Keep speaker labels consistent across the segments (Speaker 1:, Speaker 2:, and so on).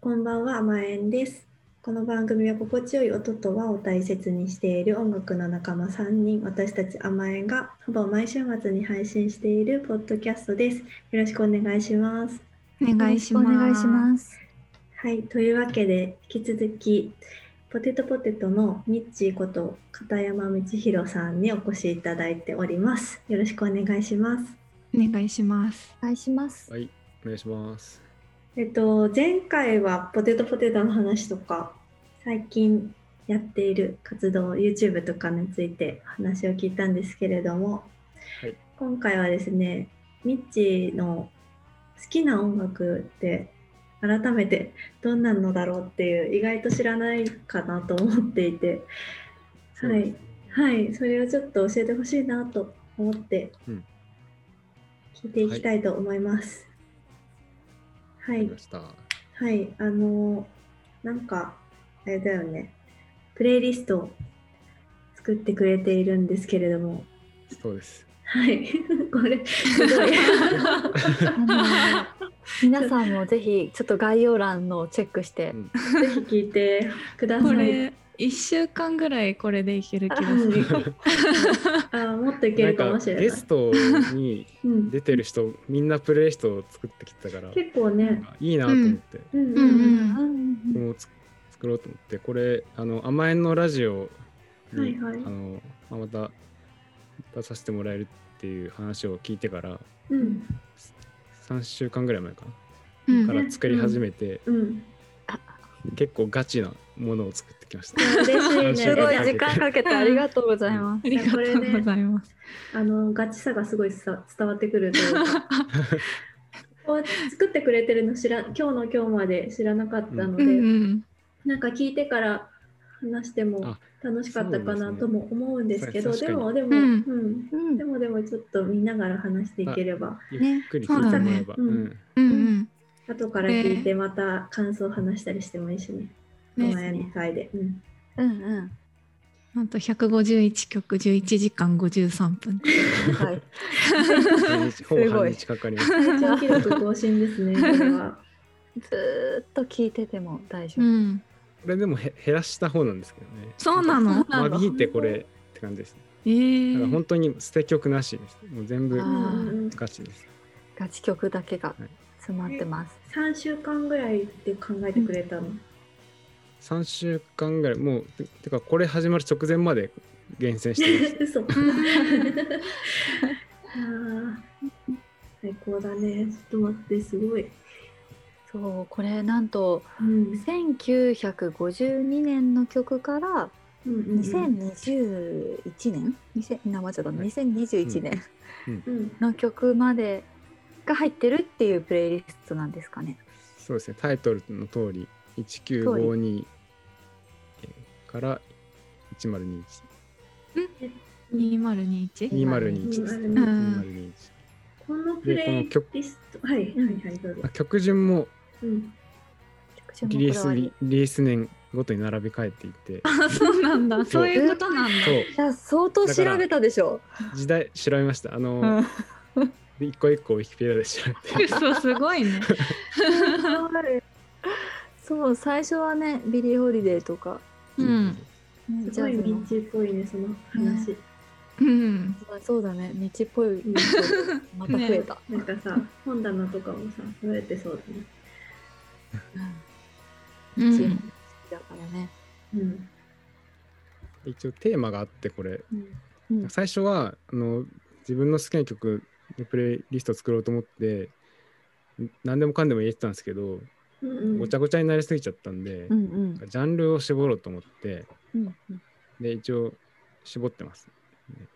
Speaker 1: こんばんは、まえんです。この番組は心地よい音と和を大切にしている音楽の仲間3人、私たちあまえんがほぼ毎週末に配信しているポッドキャストです。よろしくお願いします。
Speaker 2: お願いします。
Speaker 3: お願いします。
Speaker 1: はい、というわけで引き続きポテトポテトのミッチーこと片山道弘さんにお越しいただいております。よろしくお願いします。
Speaker 2: お願いします。
Speaker 3: お願いします。
Speaker 4: はい、お願いします。
Speaker 1: えっと、前回はポテトポテトの話とか最近やっている活動 YouTube とかについて話を聞いたんですけれども、
Speaker 4: はい
Speaker 1: 今回はですねミッチーの好きな音楽って改めてどんなのだろうっていう意外と知らないかなと思っていて、
Speaker 4: そう
Speaker 1: は
Speaker 4: です
Speaker 1: い
Speaker 4: ね
Speaker 1: はい、それをちょっと教えてほしいなと思って
Speaker 4: うん
Speaker 1: 聞いていきたいと思います。は
Speaker 4: わ
Speaker 1: い
Speaker 4: かりました。
Speaker 1: はい、あのなんか、あれだよね、プレイリストを作ってくれているんですけれども、
Speaker 4: そうです。
Speaker 1: はい、 これ、すごい。
Speaker 3: あの皆さんもぜひちょっと概要欄のをチェックして
Speaker 4: う、
Speaker 1: ぜ
Speaker 4: ん、
Speaker 1: ひ聞いてくだ
Speaker 2: こ
Speaker 1: さい。
Speaker 2: れ一週間ぐらいこれでいける気がする。
Speaker 1: ああ、もっといけ
Speaker 4: な
Speaker 1: る
Speaker 4: ん
Speaker 1: か
Speaker 4: か
Speaker 1: もしれない。
Speaker 4: ゲストに
Speaker 1: うん、
Speaker 4: 出てる人、みんなプレイリストを作ってきてたから、
Speaker 1: 結構ね、
Speaker 4: いいなと思って、
Speaker 1: うん
Speaker 2: う
Speaker 1: うん
Speaker 2: ん
Speaker 3: う
Speaker 2: うん。
Speaker 3: ん
Speaker 4: もうつ作ろうと思って、これ、あの、甘えんのラジオに、
Speaker 1: はいはい
Speaker 4: あの、まあまた出させてもらえるっていう話を聞いてから、
Speaker 1: うん、
Speaker 4: 3週間ぐらい前か
Speaker 2: う
Speaker 4: な、
Speaker 2: ん
Speaker 4: から作り始めて、
Speaker 1: うん、
Speaker 4: 結構ガチなものを作ってきました。
Speaker 1: 嬉しい
Speaker 3: す
Speaker 1: ね
Speaker 3: ごい。時間かけてありがとうございます。
Speaker 2: ありがとうございます。
Speaker 1: あのガチさがすごいさ伝わってくるというかこう作ってくれてるの知ら今日の今日まで知らなかったので、
Speaker 2: うんうん。
Speaker 1: なんか聞いてから話しても
Speaker 4: あ
Speaker 1: 楽しかったか
Speaker 4: そうです
Speaker 1: な
Speaker 4: ね
Speaker 1: とも思うんですけど
Speaker 4: そう
Speaker 1: で
Speaker 4: です
Speaker 1: も
Speaker 4: 確
Speaker 1: でも、う
Speaker 2: うん
Speaker 1: ん
Speaker 3: うん
Speaker 1: でもでもちょっと見ながら話していければ
Speaker 4: ゆっくり聞いてもらえば。
Speaker 1: ねそうだね
Speaker 4: ん
Speaker 2: うんうん。
Speaker 1: 後から聞いてまた感想を話したりしてもいいしね。
Speaker 2: ね
Speaker 1: 前の回で、うん、
Speaker 3: うんうん。
Speaker 2: なんと151曲11時間53分。
Speaker 3: はい。
Speaker 4: ほぼ半日かかります。
Speaker 1: 最長記録更新ですね、これは。
Speaker 3: ずーっと聞いてても大丈
Speaker 2: う
Speaker 3: 夫。
Speaker 2: ん。
Speaker 4: これでもへ減らした方なんですけどね。
Speaker 2: そうなの
Speaker 4: まあ間引いてこれって感じですね。
Speaker 2: ええ
Speaker 4: だから本当に捨て曲なしです。もう全部
Speaker 3: あ
Speaker 1: う
Speaker 3: ー
Speaker 1: んうんうん
Speaker 4: ガチです。
Speaker 3: ガチ曲だけが詰まってます。
Speaker 1: 3週間ぐらいで考えてくれたの。
Speaker 4: 3週間ぐらい、もう、ててかこれ始まる直前まで厳選して ま
Speaker 1: 嘘。あー最高だね。ちょっと待って、すごい。
Speaker 3: そう、これなんと
Speaker 1: うん
Speaker 3: 1952年の曲から
Speaker 1: うんうんうん
Speaker 3: 2021年、2000なまっちゃった
Speaker 4: はい
Speaker 3: 2021年。
Speaker 1: うん
Speaker 3: の曲までが入ってるっていうプレイリストなんですかね。
Speaker 4: す。そうですね、タイトルの通り、1952から1021。
Speaker 2: 2021。
Speaker 4: 2021ですね。
Speaker 2: うん
Speaker 4: 2021
Speaker 1: このプレイリスト、はいはいはい、どうぞ
Speaker 4: あ。曲順も
Speaker 1: うん、
Speaker 4: リリース日、リリース年ごとに並び替えていて、
Speaker 2: あ、そうなんだ。そういうことなんだ。
Speaker 4: そう、
Speaker 3: いや相当調べたでしょ。
Speaker 4: 時代調べました。あの、
Speaker 3: うん
Speaker 4: で一個一個ウィキペディアで調べて。
Speaker 2: そうすごいね。
Speaker 3: そう最初はねビリー・ホリデーとか、
Speaker 2: うん。
Speaker 3: ね
Speaker 1: すごい
Speaker 3: ジャズの
Speaker 1: 道っぽいね、その話。
Speaker 2: うん。
Speaker 3: そうだね道っぽい
Speaker 1: うん
Speaker 3: また増えた、
Speaker 1: なんかさ、本棚とかもさ、そうやってそうだね。
Speaker 2: う
Speaker 3: うん、道好
Speaker 2: ん。
Speaker 3: きだからね。
Speaker 1: うん。
Speaker 4: 一応テーマがあってこれ
Speaker 3: うんうん
Speaker 4: 最初はあの自分の好きな曲のプレイリストを作ろうと思ってん何でもかんでも入れてたんですけど、
Speaker 1: うんうん、
Speaker 4: ごちゃごちゃになりすぎちゃったんで、
Speaker 3: うんう
Speaker 4: ジ
Speaker 3: ん
Speaker 4: ャンルを絞ろうと思って
Speaker 3: うんうん
Speaker 4: で一応絞ってます。ね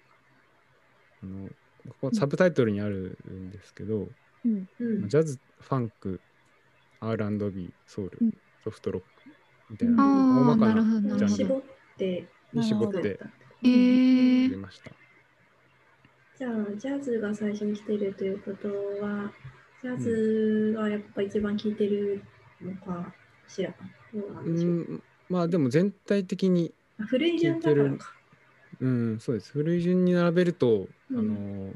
Speaker 4: あのここサブタイトルにあるんですけど、
Speaker 3: うん
Speaker 1: うん
Speaker 4: ジャズ、ファンク、R&B、ソウル、
Speaker 3: うん
Speaker 4: ソフトロックみたいな
Speaker 2: ああ
Speaker 4: 大ま、
Speaker 2: な
Speaker 4: か
Speaker 2: るほど、
Speaker 4: な
Speaker 2: な
Speaker 4: ジ
Speaker 2: る
Speaker 4: ャ
Speaker 2: ほ
Speaker 4: ンル
Speaker 2: ど。
Speaker 1: 絞って、
Speaker 4: に絞っ
Speaker 3: な
Speaker 4: て
Speaker 2: ええ
Speaker 4: 入れました。
Speaker 1: じゃあ、ジャズが最初に来てるということは、ジャズがやっぱ一番聴いてるのかしら。どうな
Speaker 4: うん
Speaker 1: でしょう。
Speaker 4: ん、まあでも全体的に、
Speaker 1: あ古い順だからか。
Speaker 4: うん、そうです。古い順に並べると、
Speaker 1: うん
Speaker 4: あの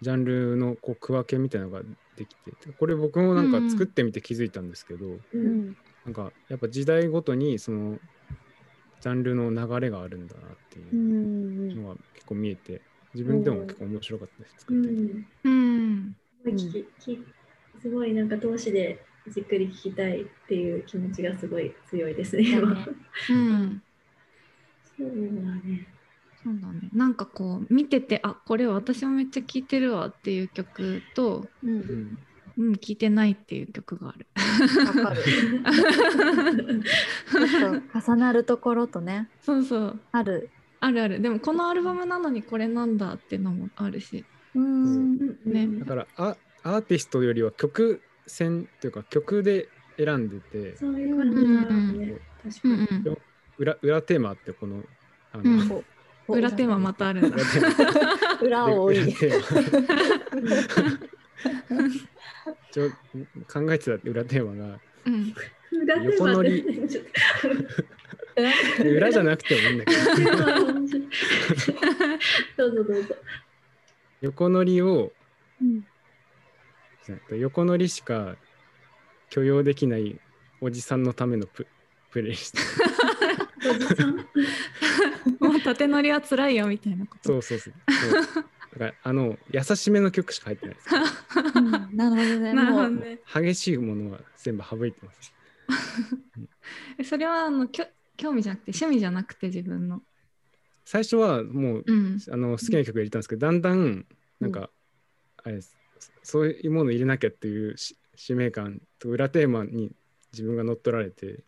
Speaker 4: ジャンルのこう区分けみたいなのがってきててかこれ僕もなんか作ってみて気づいたんですけど、
Speaker 1: う
Speaker 3: うんん
Speaker 4: なんかやっぱ時代ごとにそのジャンルの流れがあるんだなって
Speaker 3: う
Speaker 4: い
Speaker 3: ん
Speaker 4: うのが結構見えて自分でも結構面白かったです
Speaker 1: う
Speaker 4: 作ってみて。
Speaker 1: ん
Speaker 2: うん。
Speaker 1: すごい聞き聞きすごいなんか通しでじっくり聞きたいっていう気持ちがすごい強いですね。
Speaker 3: だ
Speaker 1: 今
Speaker 3: ね
Speaker 2: うん。
Speaker 1: そうだね。
Speaker 2: そうだね。なんかこう、見てて、あ、これ私もめっちゃ聴いてるわっていう曲と、
Speaker 3: うん
Speaker 4: うん
Speaker 2: うん、聴いてないっていう曲がある。
Speaker 3: わかるちょっと重なるところとね
Speaker 2: そうそう。
Speaker 3: ある
Speaker 2: あるある。でも、このアルバムなのにこれなんだってのもあるし。
Speaker 3: うん
Speaker 2: ね。
Speaker 4: だからあアーティストよりは曲選というか曲で選んでて
Speaker 1: そういう感じだね。確か
Speaker 2: うんう
Speaker 1: に。
Speaker 2: ん。
Speaker 4: 裏裏テーマってこのあの、
Speaker 2: うん
Speaker 4: 裏テ
Speaker 3: おお
Speaker 2: 裏テーマまたあるんだ。
Speaker 4: ー
Speaker 3: 裏
Speaker 4: マ
Speaker 3: を多
Speaker 4: 裏
Speaker 3: い
Speaker 4: テーマちょ考えてた裏テーマが
Speaker 2: うん。
Speaker 1: 裏手
Speaker 4: 横乗
Speaker 1: は
Speaker 4: り
Speaker 1: ねちょっと
Speaker 4: 裏じゃなくてもいいんだけど
Speaker 1: 裏手は面白い どうぞどうぞ。
Speaker 4: 横乗りを
Speaker 3: うん
Speaker 4: 横乗りしか許容できないおじさんのためのププレイして
Speaker 1: おじさん。
Speaker 2: もう縦乗りは辛いよみたいなこと。
Speaker 4: そうそうそうそうだからあの優しめの曲しか入ってないです
Speaker 3: うんなるほどね
Speaker 2: なるほ
Speaker 3: も
Speaker 2: ど
Speaker 3: う
Speaker 2: ね。
Speaker 4: 激しいものは全部省いてます。
Speaker 2: それはあのきょ興味じゃなくて趣味じゃなくて自分の。
Speaker 4: 最初はもう、
Speaker 2: うん。
Speaker 4: あの好きな曲入れたんですけど、だんだんなんか、あれですそういうもの入れなきゃっていうし使命感と裏テーマに自分が乗っ取られて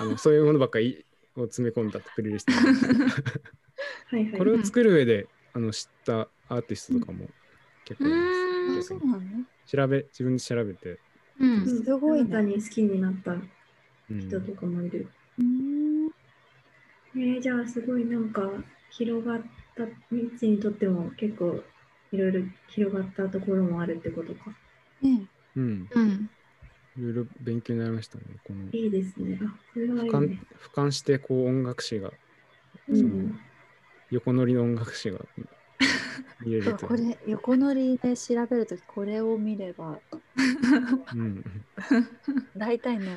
Speaker 4: あのそういうものばっかりを詰め込んだプレイリストなんですけど
Speaker 1: はいはい。
Speaker 4: これを作る上であの知ったアーティストとかも結構います
Speaker 2: う
Speaker 3: あ
Speaker 2: ん
Speaker 3: そうなの
Speaker 4: 調べ自分で調べて、
Speaker 2: うん
Speaker 1: うん
Speaker 3: すごい
Speaker 1: 新
Speaker 3: ね
Speaker 1: たに好きになった
Speaker 4: うん
Speaker 1: 人とかもいる。
Speaker 3: うん
Speaker 1: えーじゃあすごいなんか広がったミッチにとっても結構いろいろ広がったところもあるってことか。
Speaker 3: ね
Speaker 4: うん
Speaker 2: うん。
Speaker 4: いろいろ勉強になりましたねこの
Speaker 1: いいですね。あ、それはい
Speaker 4: 俯
Speaker 1: い
Speaker 4: 瞰
Speaker 1: ね。
Speaker 4: 俯瞰してこう音楽史が
Speaker 1: う
Speaker 4: そ
Speaker 1: ん
Speaker 4: の横乗りの音楽史が見れ
Speaker 3: そう
Speaker 4: ると。
Speaker 3: これ横乗りで調べるときこれを見れば
Speaker 4: うん、
Speaker 3: 大体の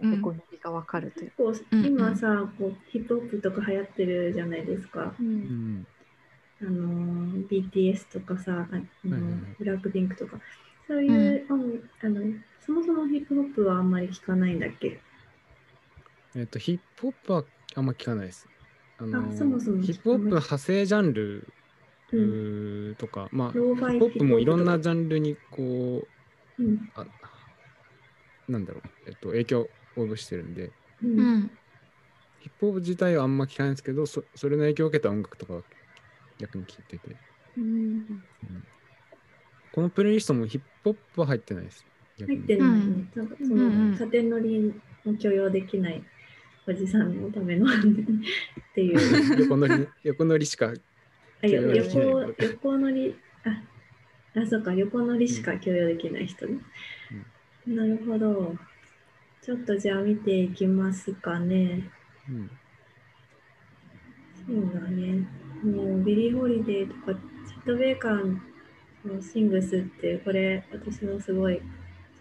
Speaker 2: うん
Speaker 3: 横乗りがわかるという
Speaker 1: 結、構
Speaker 2: うん
Speaker 1: 今さ、こうヒップホップとか流行ってるじゃないですか。
Speaker 4: う
Speaker 3: う
Speaker 4: んん、
Speaker 1: あのー BTS とかさ、ああの
Speaker 4: はいはいはい
Speaker 1: ブラックピンクとか。そういう、うんあのそもそもヒップホップはあんまり聞かないんだっけ
Speaker 4: えっ、とヒップホップはあんま聞かないです。あの
Speaker 1: あそもそも
Speaker 4: ヒップホップの派生ジャンルうーとか、まあヒッ
Speaker 1: ローファイ
Speaker 4: プホップもいろんなジャンルにこう
Speaker 1: うん
Speaker 4: あなんだろうえっと影響を及ぼしてるんで
Speaker 1: うん
Speaker 2: うん。
Speaker 4: ヒップホップ自体はあんま聞かないんですけどそそれの影響を受けた音楽とかは逆に聞いてて
Speaker 3: うん
Speaker 4: このプレイリストもヒップホップは入ってないです。逆
Speaker 1: 入っ
Speaker 4: に
Speaker 1: てないね。なんかそ
Speaker 2: うん
Speaker 1: の縦乗りを許容できないおじさんのためのって いう。
Speaker 4: 横乗り横乗りしか
Speaker 1: あよ
Speaker 3: 許容でき
Speaker 1: 横
Speaker 3: な
Speaker 1: 横乗
Speaker 3: い
Speaker 1: りああそうか横乗りしか許容できない人ね。なるほど。ちょっとじゃあ見ていきますかね。
Speaker 4: うん
Speaker 1: そうだね。もうビリー・ホリデーとかチット・ベーカーのシングスってこれ私もすごい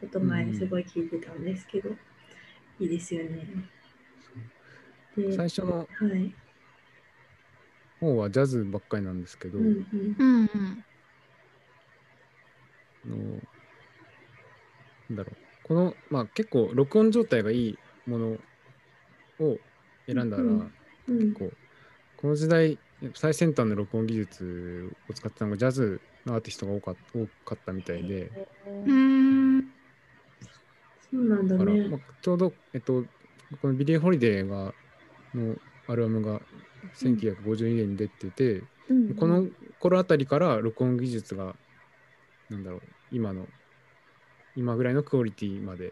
Speaker 1: ちょっと前にすごい聞いてたんですけど、いいですよね。で
Speaker 4: 最初の
Speaker 1: はい。
Speaker 4: 方はジャズばっかりなんですけど、
Speaker 1: うんうん。
Speaker 2: うんうん。
Speaker 4: あのなんだろうこの、まあ、結構録音状態がいいものを選んだら、
Speaker 1: うんうん
Speaker 4: こうこの時代最先端の録音技術を使ってたのがジャズのアーティストが多か多かったみたいで、
Speaker 2: うーん。
Speaker 1: そうなんだ
Speaker 4: だから、
Speaker 1: ね
Speaker 4: まあ。、ちょうど、えっと、このビリー・ホリデーがのアルバムが1952年に出てて、
Speaker 3: うん
Speaker 4: この頃あたりから録音技術がなんだろう今の今ぐらいのクオリティまで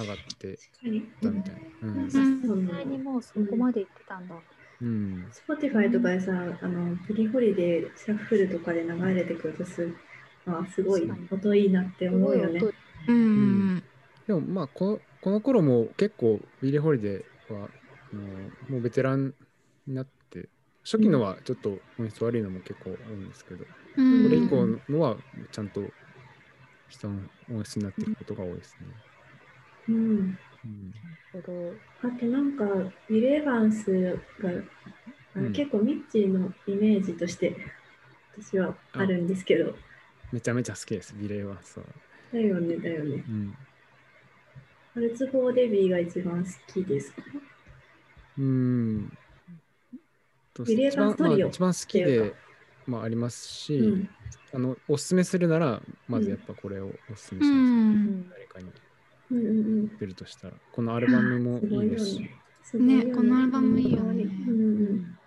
Speaker 4: 上がって
Speaker 1: 確かに。
Speaker 4: たみたいな。う
Speaker 3: なん
Speaker 4: ん
Speaker 3: か実際にもうそこまで行ってたんだ。
Speaker 4: うん、
Speaker 1: Spotify とかでさ、あの、ビリホリでシャッフルとかで流れてくるとす、あ、すごい
Speaker 3: 確かに
Speaker 1: 音いいなって
Speaker 3: す
Speaker 1: 思
Speaker 3: ご
Speaker 1: う
Speaker 3: い
Speaker 1: よね。
Speaker 3: 音。
Speaker 2: うんうん
Speaker 4: でもまあこのこの頃も結構ビリー・ホリデーはあのもうベテランになって初期のはちょっと音質悪いのも結構多いんですけど、
Speaker 2: うん。
Speaker 4: これ以降のはちゃんと人の音質になっていることが多いですね。
Speaker 1: うん、
Speaker 4: うん
Speaker 3: なるほど。
Speaker 1: あとなんかビル・エヴァンスが、あ
Speaker 4: うん
Speaker 1: 結構ミッチーのイメージとして私はあるんですけど
Speaker 4: めちゃめちゃ好きです、ビレイは。そう。
Speaker 1: だよねだよね
Speaker 4: うん。
Speaker 1: アルツ・フォー・デビーが一番好きですか
Speaker 4: うん。と
Speaker 1: ビレイ
Speaker 4: 一番
Speaker 1: バンストリオ
Speaker 4: まあ一番好き
Speaker 1: っていう
Speaker 4: で、まあ、ありますし、
Speaker 1: うん
Speaker 4: あの、おすすめするなら、まずやっぱこれをおすすめ
Speaker 2: う
Speaker 4: します。
Speaker 2: ん。
Speaker 4: 誰かに
Speaker 1: うんうんうん
Speaker 4: 出るとしたら、このアルバムも
Speaker 1: すご
Speaker 4: いい
Speaker 1: い
Speaker 4: で
Speaker 1: よ
Speaker 4: すし。
Speaker 1: ねすごいよ
Speaker 2: ねこのアルバムいいよね
Speaker 1: うんうん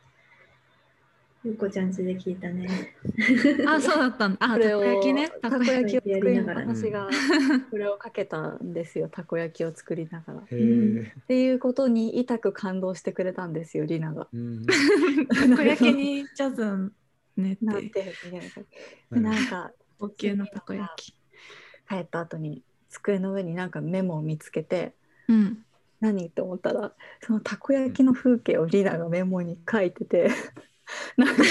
Speaker 1: ゆっこちゃんちで聞いた ね
Speaker 2: あ、そうだったんだ。あ、たこ
Speaker 3: これを
Speaker 2: 焼きね。た
Speaker 3: た
Speaker 2: こ
Speaker 3: こ
Speaker 2: 焼き。
Speaker 3: 焼きを作りながら
Speaker 1: うん
Speaker 3: 私がこれをかけたんですよたこ焼きを作りながら。っ
Speaker 4: へえ。
Speaker 3: ていうことに痛く感動してくれたんですよりなが。
Speaker 4: うん。
Speaker 2: たこ焼き にジャズね
Speaker 3: な
Speaker 2: っ
Speaker 3: ん
Speaker 2: て。
Speaker 3: てみたい
Speaker 4: うん
Speaker 3: なでなんか
Speaker 2: 高級のたこ焼き。
Speaker 3: 帰った後に机の上になんかメモを見つけて
Speaker 2: うん。
Speaker 3: 何って思ったらそのたこ焼きの風景をリナがメモに書いて てなんか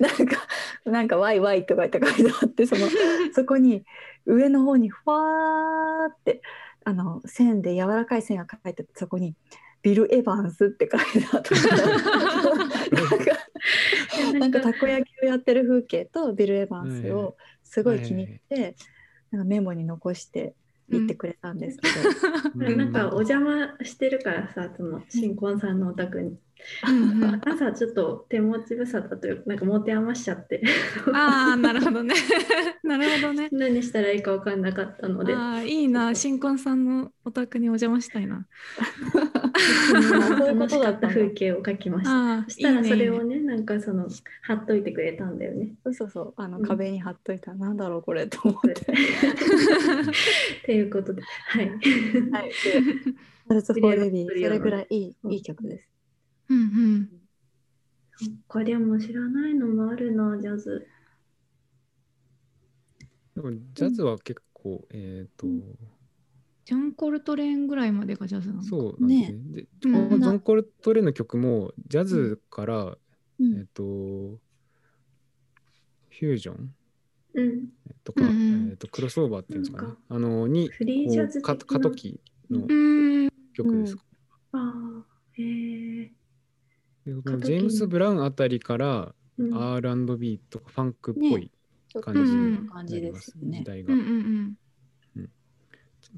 Speaker 3: なんかなんかワイワイとかって書いてあってそのそこに上の方にふわーってあの線で柔らかい線が書いてあってそこに「ビル・エヴァンス」って書いてあった なんかなんかたこ焼きをやってる風景とビル・エヴァンスをすごい気に入ってなんかメモに残して言ってくれたんですけど、
Speaker 1: なんかお邪魔してるからさその新婚さんのお宅に
Speaker 2: うん うん
Speaker 1: 朝ちょっと手持ち無沙汰というかなんか持て余しちゃって
Speaker 2: ああ、なるほどね。 なるほどね。
Speaker 1: 何したらいいか分かんなかったので
Speaker 2: ああ、いいな。新婚さんのお宅にお邪魔したいな。
Speaker 3: そういうこ
Speaker 1: 楽し
Speaker 3: と
Speaker 1: か
Speaker 3: だ
Speaker 1: っ
Speaker 3: ったたんだ
Speaker 1: 風景を描きました。
Speaker 2: ああ、
Speaker 1: そしたら
Speaker 2: いいね
Speaker 1: それをねなんかその貼っといてくれたんだよね。
Speaker 3: そうそうそうあの
Speaker 1: うん
Speaker 3: 壁に貼っといたら、なんだろうこれと思っ
Speaker 1: これ
Speaker 3: て。
Speaker 1: っていうことで、はい。
Speaker 3: はい、アルツ・フォー・レビー、そ
Speaker 1: ビリアム
Speaker 3: れぐらいいい
Speaker 1: うん
Speaker 3: いい曲です。
Speaker 2: うんうん。
Speaker 1: これも知らないのもあるなジャズ。
Speaker 4: でもジャズは結構、えっ、と、
Speaker 2: ジョン・コルトレーンぐらいまでがジャズなのか
Speaker 4: そうなんですね。で、こ
Speaker 2: うん
Speaker 4: のジョン・コルトレーンの曲も、ジャズから、
Speaker 3: う
Speaker 4: えっ、
Speaker 3: ん、
Speaker 4: と、フュージョン
Speaker 1: うん。
Speaker 4: とか、
Speaker 2: うんうん
Speaker 4: えっとクロスオーバーっていうんですかね。
Speaker 1: なんか
Speaker 4: あの、に、こ
Speaker 1: フリージャズ
Speaker 4: うか
Speaker 1: 的
Speaker 4: 過
Speaker 1: な
Speaker 4: 渡。期の
Speaker 2: うん。
Speaker 4: 曲です。
Speaker 1: ああへえ。
Speaker 4: でこ
Speaker 1: 過渡
Speaker 4: の
Speaker 1: 期
Speaker 4: ジェームス・ブラウンあたりから、
Speaker 1: うん
Speaker 4: R&B とかファンクっぽい
Speaker 3: ちょっと
Speaker 4: 感
Speaker 3: そ
Speaker 4: じ
Speaker 2: うんん
Speaker 3: な感じ
Speaker 4: になり
Speaker 3: で
Speaker 4: ますす、
Speaker 3: よね
Speaker 4: 時。代
Speaker 2: う
Speaker 4: が。
Speaker 2: んうん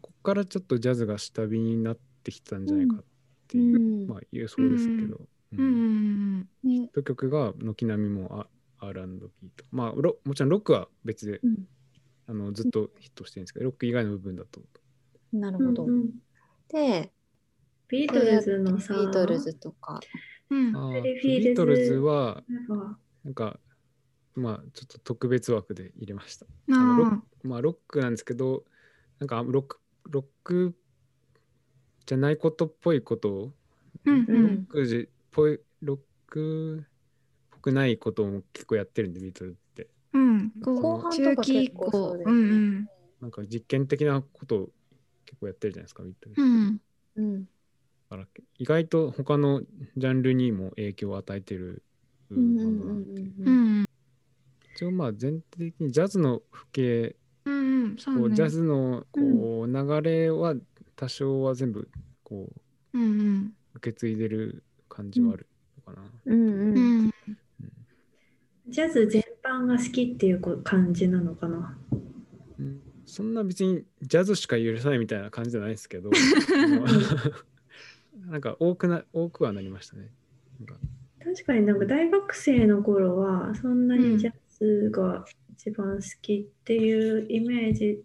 Speaker 4: ここからちょっとジャズが下火になってきたんじゃないかって
Speaker 3: う
Speaker 4: いう、
Speaker 3: ん
Speaker 4: まあ言うそうですけど、
Speaker 2: うん。うんうんうん。
Speaker 3: ね
Speaker 4: と曲が軒並みもあ R&B とまあロもちろんロックは別で
Speaker 3: うん
Speaker 4: あのずっとヒットしてるんですけどロック以外の部分だと
Speaker 3: なる
Speaker 1: う
Speaker 3: ほ
Speaker 1: ん
Speaker 3: ど。
Speaker 1: うん
Speaker 3: で、
Speaker 1: ビートルズの
Speaker 3: ビ
Speaker 1: さ。
Speaker 3: ートルズとか、
Speaker 2: うん
Speaker 4: あー
Speaker 1: テレフィールズ
Speaker 4: ビートルズは
Speaker 1: なんか。
Speaker 4: なんかまあちょっと特別枠で入れました
Speaker 2: あ
Speaker 4: のロッ
Speaker 2: ー
Speaker 4: まあロックなんですけどなんかロックロックじゃないことっぽいことを
Speaker 2: うん
Speaker 3: う
Speaker 2: うんん
Speaker 4: ロックじっぽいロックっぽくないことも結構やってるんでビートルズって
Speaker 2: うん。
Speaker 3: 後
Speaker 2: こう
Speaker 3: 半
Speaker 2: 中
Speaker 3: とか
Speaker 2: 期以
Speaker 3: 結構そ
Speaker 2: 降
Speaker 3: う。です
Speaker 2: う
Speaker 3: ね
Speaker 2: ん
Speaker 4: なんか実験的なことを結構やってるじゃないですかビートルズ、
Speaker 2: うん。うん。
Speaker 3: うん、
Speaker 4: だから意外と他のジャンルにも影響を与えてるう
Speaker 3: うんん
Speaker 4: バ
Speaker 3: う
Speaker 4: ン
Speaker 3: ん
Speaker 4: ド
Speaker 3: う
Speaker 4: なん
Speaker 3: ん
Speaker 4: で
Speaker 3: うん
Speaker 2: う
Speaker 3: うん
Speaker 2: ん
Speaker 4: 一応まあ全体的にジャズの風景
Speaker 2: うんうん。そ
Speaker 4: こ
Speaker 2: う
Speaker 4: う
Speaker 2: ね。
Speaker 4: ジャズのこう流れは多少は全部こう
Speaker 2: うん
Speaker 4: 受け継いでる感じはあるのかな、
Speaker 3: うん
Speaker 2: うん。う
Speaker 3: うん
Speaker 2: ん。
Speaker 1: ジャズ全般が好きっていうこ感じなのかな。
Speaker 4: うんそんな別にジャズしか許さないみたいな感じじゃないですけど なんか多くな多くはなりましたねなんか
Speaker 1: 確かになんか大学生の頃はそんなにジャズが一番好きっていうイメージ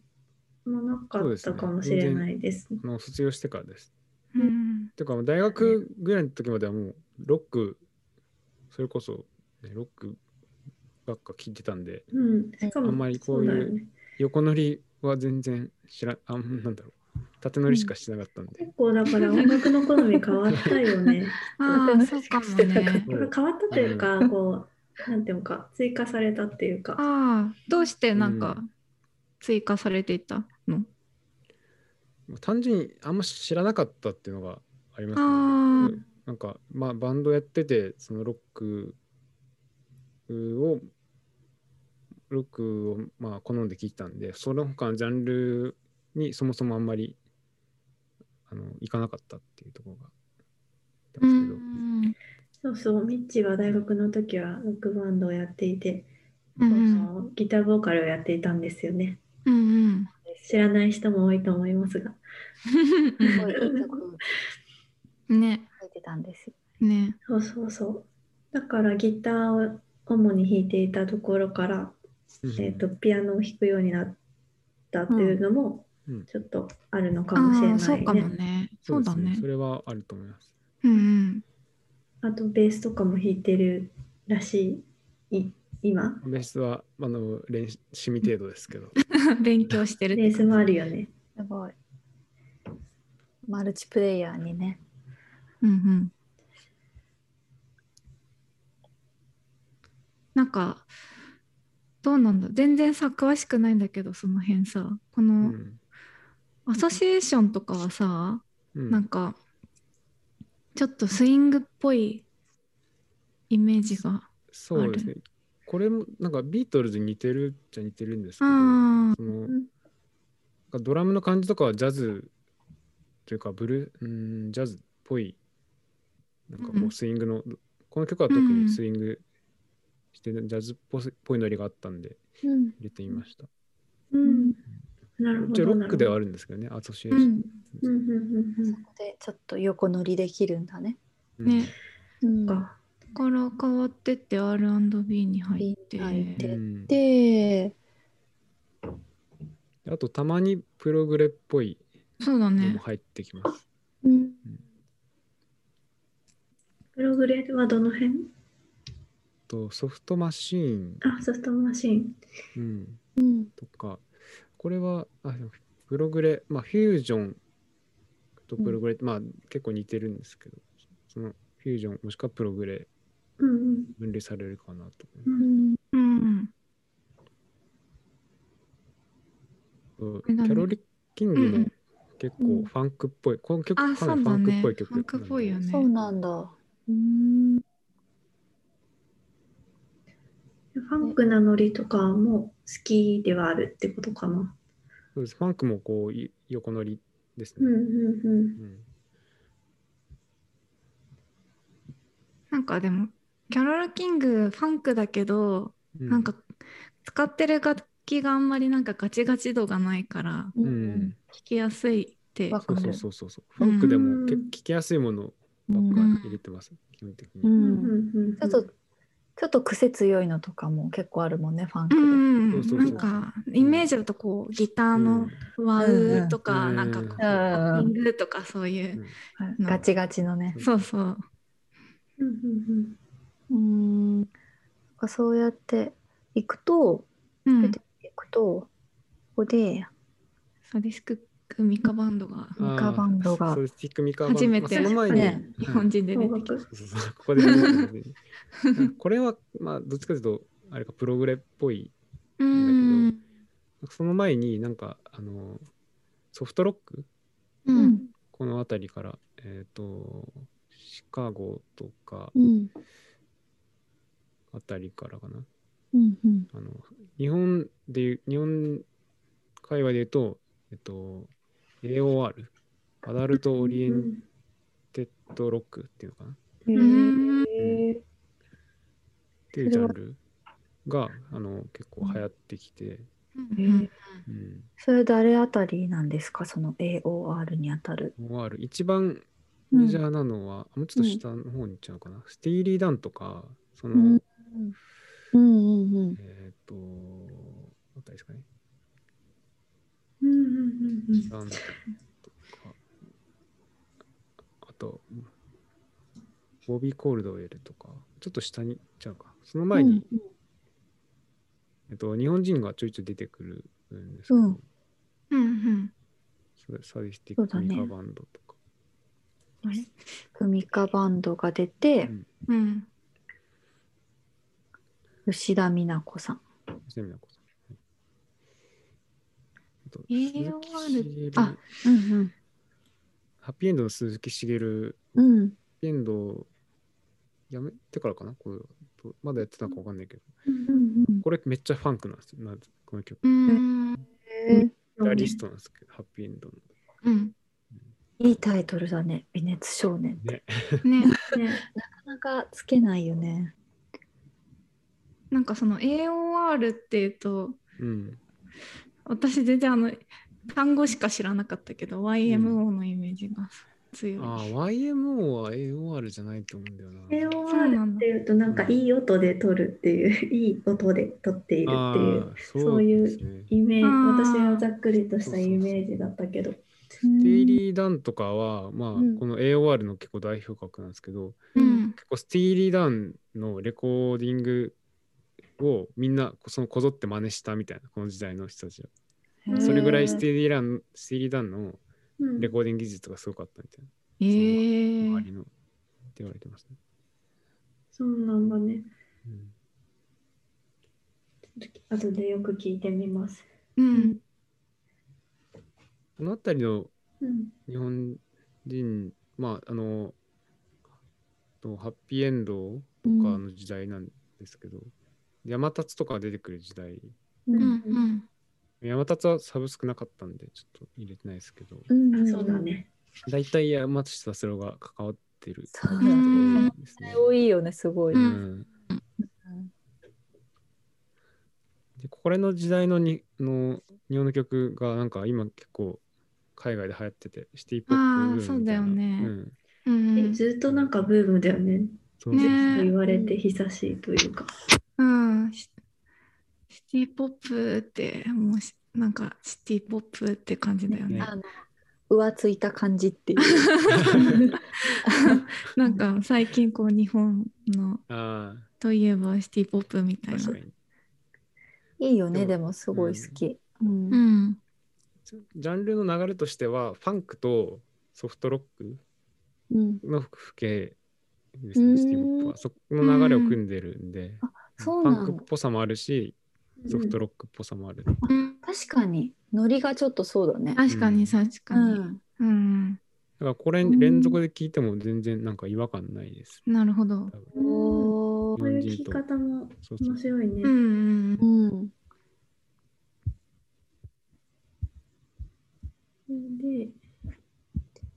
Speaker 1: もなかったかもしれないですね。
Speaker 4: あの卒業してからです
Speaker 2: うん
Speaker 4: てかもう大学ぐらいの時まではもうロックそれこそ、ね、ロックばっか聞いてたんで
Speaker 1: うん、しかも
Speaker 4: あんまりこういう
Speaker 1: そだよね
Speaker 4: 横乗りは全然知らあんなんだろう縦乗りしかしてなかったんで、
Speaker 1: 結構だから音楽の好み変わったよね。
Speaker 2: あ あ、そうかもね。
Speaker 1: 変わったというか、こう、なんていうのか、追加されたっていうか。
Speaker 2: ああ、どうしてなん
Speaker 4: う
Speaker 2: か追加されていたの
Speaker 4: もう単純にあんま知らなかったっていうのがありますね
Speaker 2: あ
Speaker 4: うんなんか、まあ、バンドやってて、そのロックをロックをまあ好んで聴いてたんで、その他のジャンルにそもそもあんまりあの行かなかったっていうところがあった
Speaker 2: うん
Speaker 4: ですけど、
Speaker 2: ん
Speaker 1: そうそう、ミッチは大学の時はロックバンドをやっていて、
Speaker 2: うんうん
Speaker 1: そうそうギターボーカルをやっていたんですよね。
Speaker 2: うんうん
Speaker 1: 知らない人も多いと思いますが。
Speaker 3: すごいいい曲
Speaker 2: ね
Speaker 3: 書いてたんですよ。
Speaker 2: ね
Speaker 1: そうそうそう。だからギターを主に弾いていたところから、
Speaker 4: うん
Speaker 1: えー、とピアノを弾くようになったっていうのも
Speaker 4: うんうん
Speaker 1: ちょっとあるのかもしれ
Speaker 2: あ
Speaker 1: な
Speaker 2: あそうか
Speaker 1: い
Speaker 2: も
Speaker 1: ね。
Speaker 2: ねそうだ
Speaker 4: です
Speaker 2: ね
Speaker 4: それはあると思います。
Speaker 2: うん
Speaker 1: あとベースとかも弾いてるらしいい今。
Speaker 4: ベースはあの練習趣味程度ですけど、
Speaker 2: うん 勉強してるっ
Speaker 1: ベー
Speaker 2: て
Speaker 1: スもあるよね。
Speaker 3: すごい。マルチプレイヤーにね。
Speaker 2: うんうんなんかどうなんだ全然さ詳しくないんだけどその辺さこ
Speaker 4: う
Speaker 2: の
Speaker 4: ん
Speaker 2: アソシエーションとかはさ
Speaker 4: うん
Speaker 2: なんかちょっとスイングっぽいイメージが
Speaker 4: そうですね。これもなんかビートルズに似てるっちゃ似てるんですけど、
Speaker 2: ああ
Speaker 4: そのなんかドラムの感じとかはジャズというかブルーうんジャズっぽいなんか
Speaker 2: う
Speaker 4: こ
Speaker 2: ん
Speaker 4: うスイングの、この曲は特
Speaker 2: うん
Speaker 4: にスイングして、ジャズっぽいっぽいノリがあったんで
Speaker 3: うん。
Speaker 4: 入れてみました。
Speaker 1: うん、なるほ
Speaker 4: 一応
Speaker 1: ど。
Speaker 4: ロックでは
Speaker 1: な
Speaker 4: あ
Speaker 1: る
Speaker 4: るんですけどね、アソシエー
Speaker 2: う
Speaker 4: ション。
Speaker 2: ん
Speaker 1: ほどうんうんうんう
Speaker 3: そ
Speaker 1: ん。
Speaker 3: こでちょっと横乗りできるんだね。
Speaker 4: うん
Speaker 2: ね
Speaker 3: うん
Speaker 1: そっか
Speaker 2: だから変わってって R&B に入って
Speaker 3: 入って
Speaker 4: うん
Speaker 3: で、
Speaker 4: あとたまにプログレっぽい
Speaker 2: そうだ
Speaker 4: のも
Speaker 2: ね
Speaker 4: 入ってきます。
Speaker 3: うん、
Speaker 1: プログレはどの辺
Speaker 4: とソフトマシーン、
Speaker 1: あ、ソフトマシン。
Speaker 4: うん、
Speaker 3: うん、
Speaker 4: とか、これは、あでもプログレ、まあ、フュージョンとプログレ、まあ、結構似てるんですけど、そのフュージョン、もしくはプログレ、
Speaker 1: うんうん。
Speaker 4: 分類されるかなと
Speaker 1: う
Speaker 4: 思
Speaker 3: うん、
Speaker 2: うん
Speaker 4: う。
Speaker 2: これだね
Speaker 4: キャロリン・キング
Speaker 2: うんう
Speaker 4: も
Speaker 2: ん
Speaker 4: 結構ファンクっぽい、この曲、
Speaker 2: あ
Speaker 4: かな
Speaker 2: そう
Speaker 4: りファ
Speaker 2: だ
Speaker 4: ンク
Speaker 2: ね
Speaker 4: っぽい曲。
Speaker 2: ファンクっぽいよね
Speaker 3: そうなんだ。うん、
Speaker 1: ファンクなノリとかも好きではあるってことかな。
Speaker 4: そうです。ファンクもこう、い横乗りです
Speaker 1: うん
Speaker 4: ね。
Speaker 1: うんうん。
Speaker 4: うん
Speaker 2: なんかでもキャロル・キングファンクだけど、
Speaker 4: う
Speaker 2: なんか、使ってる楽器があんまりなんかガチガチ度がないから
Speaker 3: う
Speaker 4: うんん、
Speaker 2: 弾きやすいって
Speaker 3: わ
Speaker 4: そう
Speaker 3: か
Speaker 4: そう
Speaker 3: る
Speaker 4: そうそうそう。ファンクで
Speaker 1: うん
Speaker 4: も結構聞きやすいものばっか入れてます、基本的
Speaker 3: う
Speaker 4: に。
Speaker 1: うん
Speaker 3: ん、
Speaker 1: うんうん
Speaker 3: ちょっと、ちょっと癖強いのとかも結構あるもんね、ファン
Speaker 2: う
Speaker 3: クで。
Speaker 2: ん
Speaker 4: そうそう
Speaker 2: な
Speaker 4: そ
Speaker 2: ん
Speaker 4: う
Speaker 2: かイメージだとこうギターのワウとか、
Speaker 4: うん
Speaker 2: なんかこう、
Speaker 3: うん
Speaker 2: リングとかそういうう、
Speaker 4: ん
Speaker 3: はいガチガチのね。
Speaker 2: そうそう
Speaker 1: うんうん
Speaker 3: うん、なんかそうやって行くと、
Speaker 2: うん
Speaker 3: 出て行くと、ここで
Speaker 2: サディスク・クミカバンドが
Speaker 4: あー
Speaker 3: ミカバンドが
Speaker 4: そうですティックミカバンド
Speaker 2: 初めて
Speaker 4: まあその前に、
Speaker 3: ね
Speaker 2: 日本人
Speaker 1: う
Speaker 2: で
Speaker 1: ん。
Speaker 2: 出
Speaker 1: 音
Speaker 2: てきた。
Speaker 1: 楽。
Speaker 4: そうそうそうここで初め て出てきたこれはまあどっちかというとあれかプログレっぽい
Speaker 2: うん
Speaker 4: その前になんかあのソフトロック
Speaker 2: う、
Speaker 3: うん
Speaker 4: この辺りからえっ、とシカゴとか
Speaker 3: うん、
Speaker 4: あたりからかな
Speaker 3: うん、うん、
Speaker 4: あの日本でいう日本界隈で言うとえっ、と AOR アダルト・オリエンテッド・ロックっていうのかな
Speaker 3: へ
Speaker 2: うん
Speaker 3: ー
Speaker 4: っていうジャンルがあの結構流行ってきて、
Speaker 2: うん
Speaker 4: うん、
Speaker 3: それ誰あたりなんですか、その AOR にあたる。
Speaker 4: OR 一番メジャーなのは、もうちょっと下の方に行っちゃうかな、スティーリー・ダンとかその、
Speaker 3: うんうん、うん、うん。
Speaker 4: えっ、とあったりですかね
Speaker 1: うんうんうんうん。
Speaker 4: ダンとかあとボビー・コールドウェルとかちょっと下に行っちゃうかその前に、えっと、日本人がちょいちょい出てくるんですけど、
Speaker 3: う
Speaker 2: う
Speaker 3: ん
Speaker 2: んうん
Speaker 4: サディスティ
Speaker 3: そう
Speaker 4: ッ
Speaker 3: だ
Speaker 4: ク・
Speaker 3: ね
Speaker 4: ミカバンドとか、
Speaker 3: クミカバンドが出て、
Speaker 2: うん
Speaker 3: 吉田美奈子さん。
Speaker 4: セミナーこそ。あと
Speaker 2: AOR
Speaker 4: 鈴木茂
Speaker 3: あうん
Speaker 4: ハッピーエンドの鈴木茂、ハッ
Speaker 3: うん。うん。
Speaker 4: ピーエンドをやめてからかな、こういうとまだやってたのかわかんないけど、
Speaker 3: うんうん
Speaker 4: これめっちゃファンクなんですよ、なこの曲。
Speaker 2: うん
Speaker 4: ラリストなんですけど、ハッピーエンドの。
Speaker 2: うん
Speaker 3: いいタイトルだね「微熱少年」って
Speaker 4: ね、
Speaker 2: ね
Speaker 1: ね
Speaker 3: なかなかつけないよね。
Speaker 2: なんかその AOR っていうと
Speaker 4: うん。
Speaker 2: 私全然あの単語しか知らなかったけど YMO のイメージが強い。
Speaker 4: ああ、YMO は AOR じゃないと思うんだよな。
Speaker 2: そうなん
Speaker 1: AOR
Speaker 2: だ
Speaker 1: っていうとなんかいい音で撮るっていういい音で撮っているっていう
Speaker 4: ああ、そうですね。
Speaker 1: イメージ
Speaker 2: あー
Speaker 1: 私はざっくりとしたイメージだったけど
Speaker 4: デイリー・ダンとかは、まあ、
Speaker 3: うん
Speaker 4: この AOR の結構代表格なんですけど、
Speaker 2: うん
Speaker 4: 結構スティーリー・ダンのレコーディングをみんなそのこぞって真似したみたいな、この時代の人たちは。
Speaker 2: うん
Speaker 4: それぐらいス
Speaker 3: し
Speaker 4: テ
Speaker 3: て
Speaker 4: ィーリー・ダンスティーリーダンの
Speaker 1: うん
Speaker 4: レコーディング技術がすごかったみたいな。
Speaker 2: えー
Speaker 4: 周りのって言われてますね。
Speaker 1: そうなんだね
Speaker 4: うん
Speaker 1: 後でよく聞いてみます
Speaker 2: うん
Speaker 4: この辺りの
Speaker 1: うん
Speaker 4: 日本人、まあ、あの、とハッピーエンドとかの時代なんですけど、山立とか出てくる時代、
Speaker 3: う
Speaker 2: うんんうん
Speaker 4: 山立はサブスクなかったんで、ちょっと入れてないですけど、
Speaker 3: うん
Speaker 1: あそうだね
Speaker 4: 大体山立達郎が関わってる
Speaker 3: そう
Speaker 4: 人が多いですね。
Speaker 3: 多いよねすごい。
Speaker 2: うん
Speaker 4: でこれの時代のにの日本の曲がなんか今結構海外で流行っててシティポップブームみたいな
Speaker 2: あーそうだよね
Speaker 4: うん、
Speaker 2: う
Speaker 1: え
Speaker 2: ん
Speaker 1: ずっとなんかブームだよね
Speaker 4: そうそうそう
Speaker 2: ね
Speaker 1: 言われて久しいというか
Speaker 2: うんシシティポップってもうしなんかシティポップって感じだよね。
Speaker 4: ね
Speaker 3: あの浮ついた感じって いう。
Speaker 2: なんか最近こう日本の
Speaker 4: あ
Speaker 2: といえばシティポップみ
Speaker 4: あ
Speaker 2: たいな
Speaker 4: 確か。に
Speaker 3: いいよね
Speaker 4: で
Speaker 3: で
Speaker 4: も
Speaker 3: もすごい好き。うん
Speaker 2: うん
Speaker 4: ジャンルの流れとしてはファンクとソフトロック
Speaker 3: うん
Speaker 4: の風景です
Speaker 3: うー
Speaker 4: ね
Speaker 3: ん
Speaker 4: シティポップはそこの流れを組んでるんで
Speaker 3: そう
Speaker 4: フ
Speaker 3: な
Speaker 4: ァンク
Speaker 3: ん
Speaker 4: っ
Speaker 3: だ。
Speaker 4: ぽさもあるしソフトロックっぽさもある、
Speaker 2: うん
Speaker 3: 確かにノリがちょっとそうだね。
Speaker 2: 確かに確かに。
Speaker 3: ん。
Speaker 2: うん
Speaker 4: だからこれ連続で聴いても全然なんか違和感ないです
Speaker 2: なるほど。
Speaker 4: 多分
Speaker 1: こ
Speaker 3: お
Speaker 1: ういう聞き方も
Speaker 4: そうそう
Speaker 1: 面白いね、
Speaker 2: うんうん
Speaker 3: う。ん。
Speaker 1: で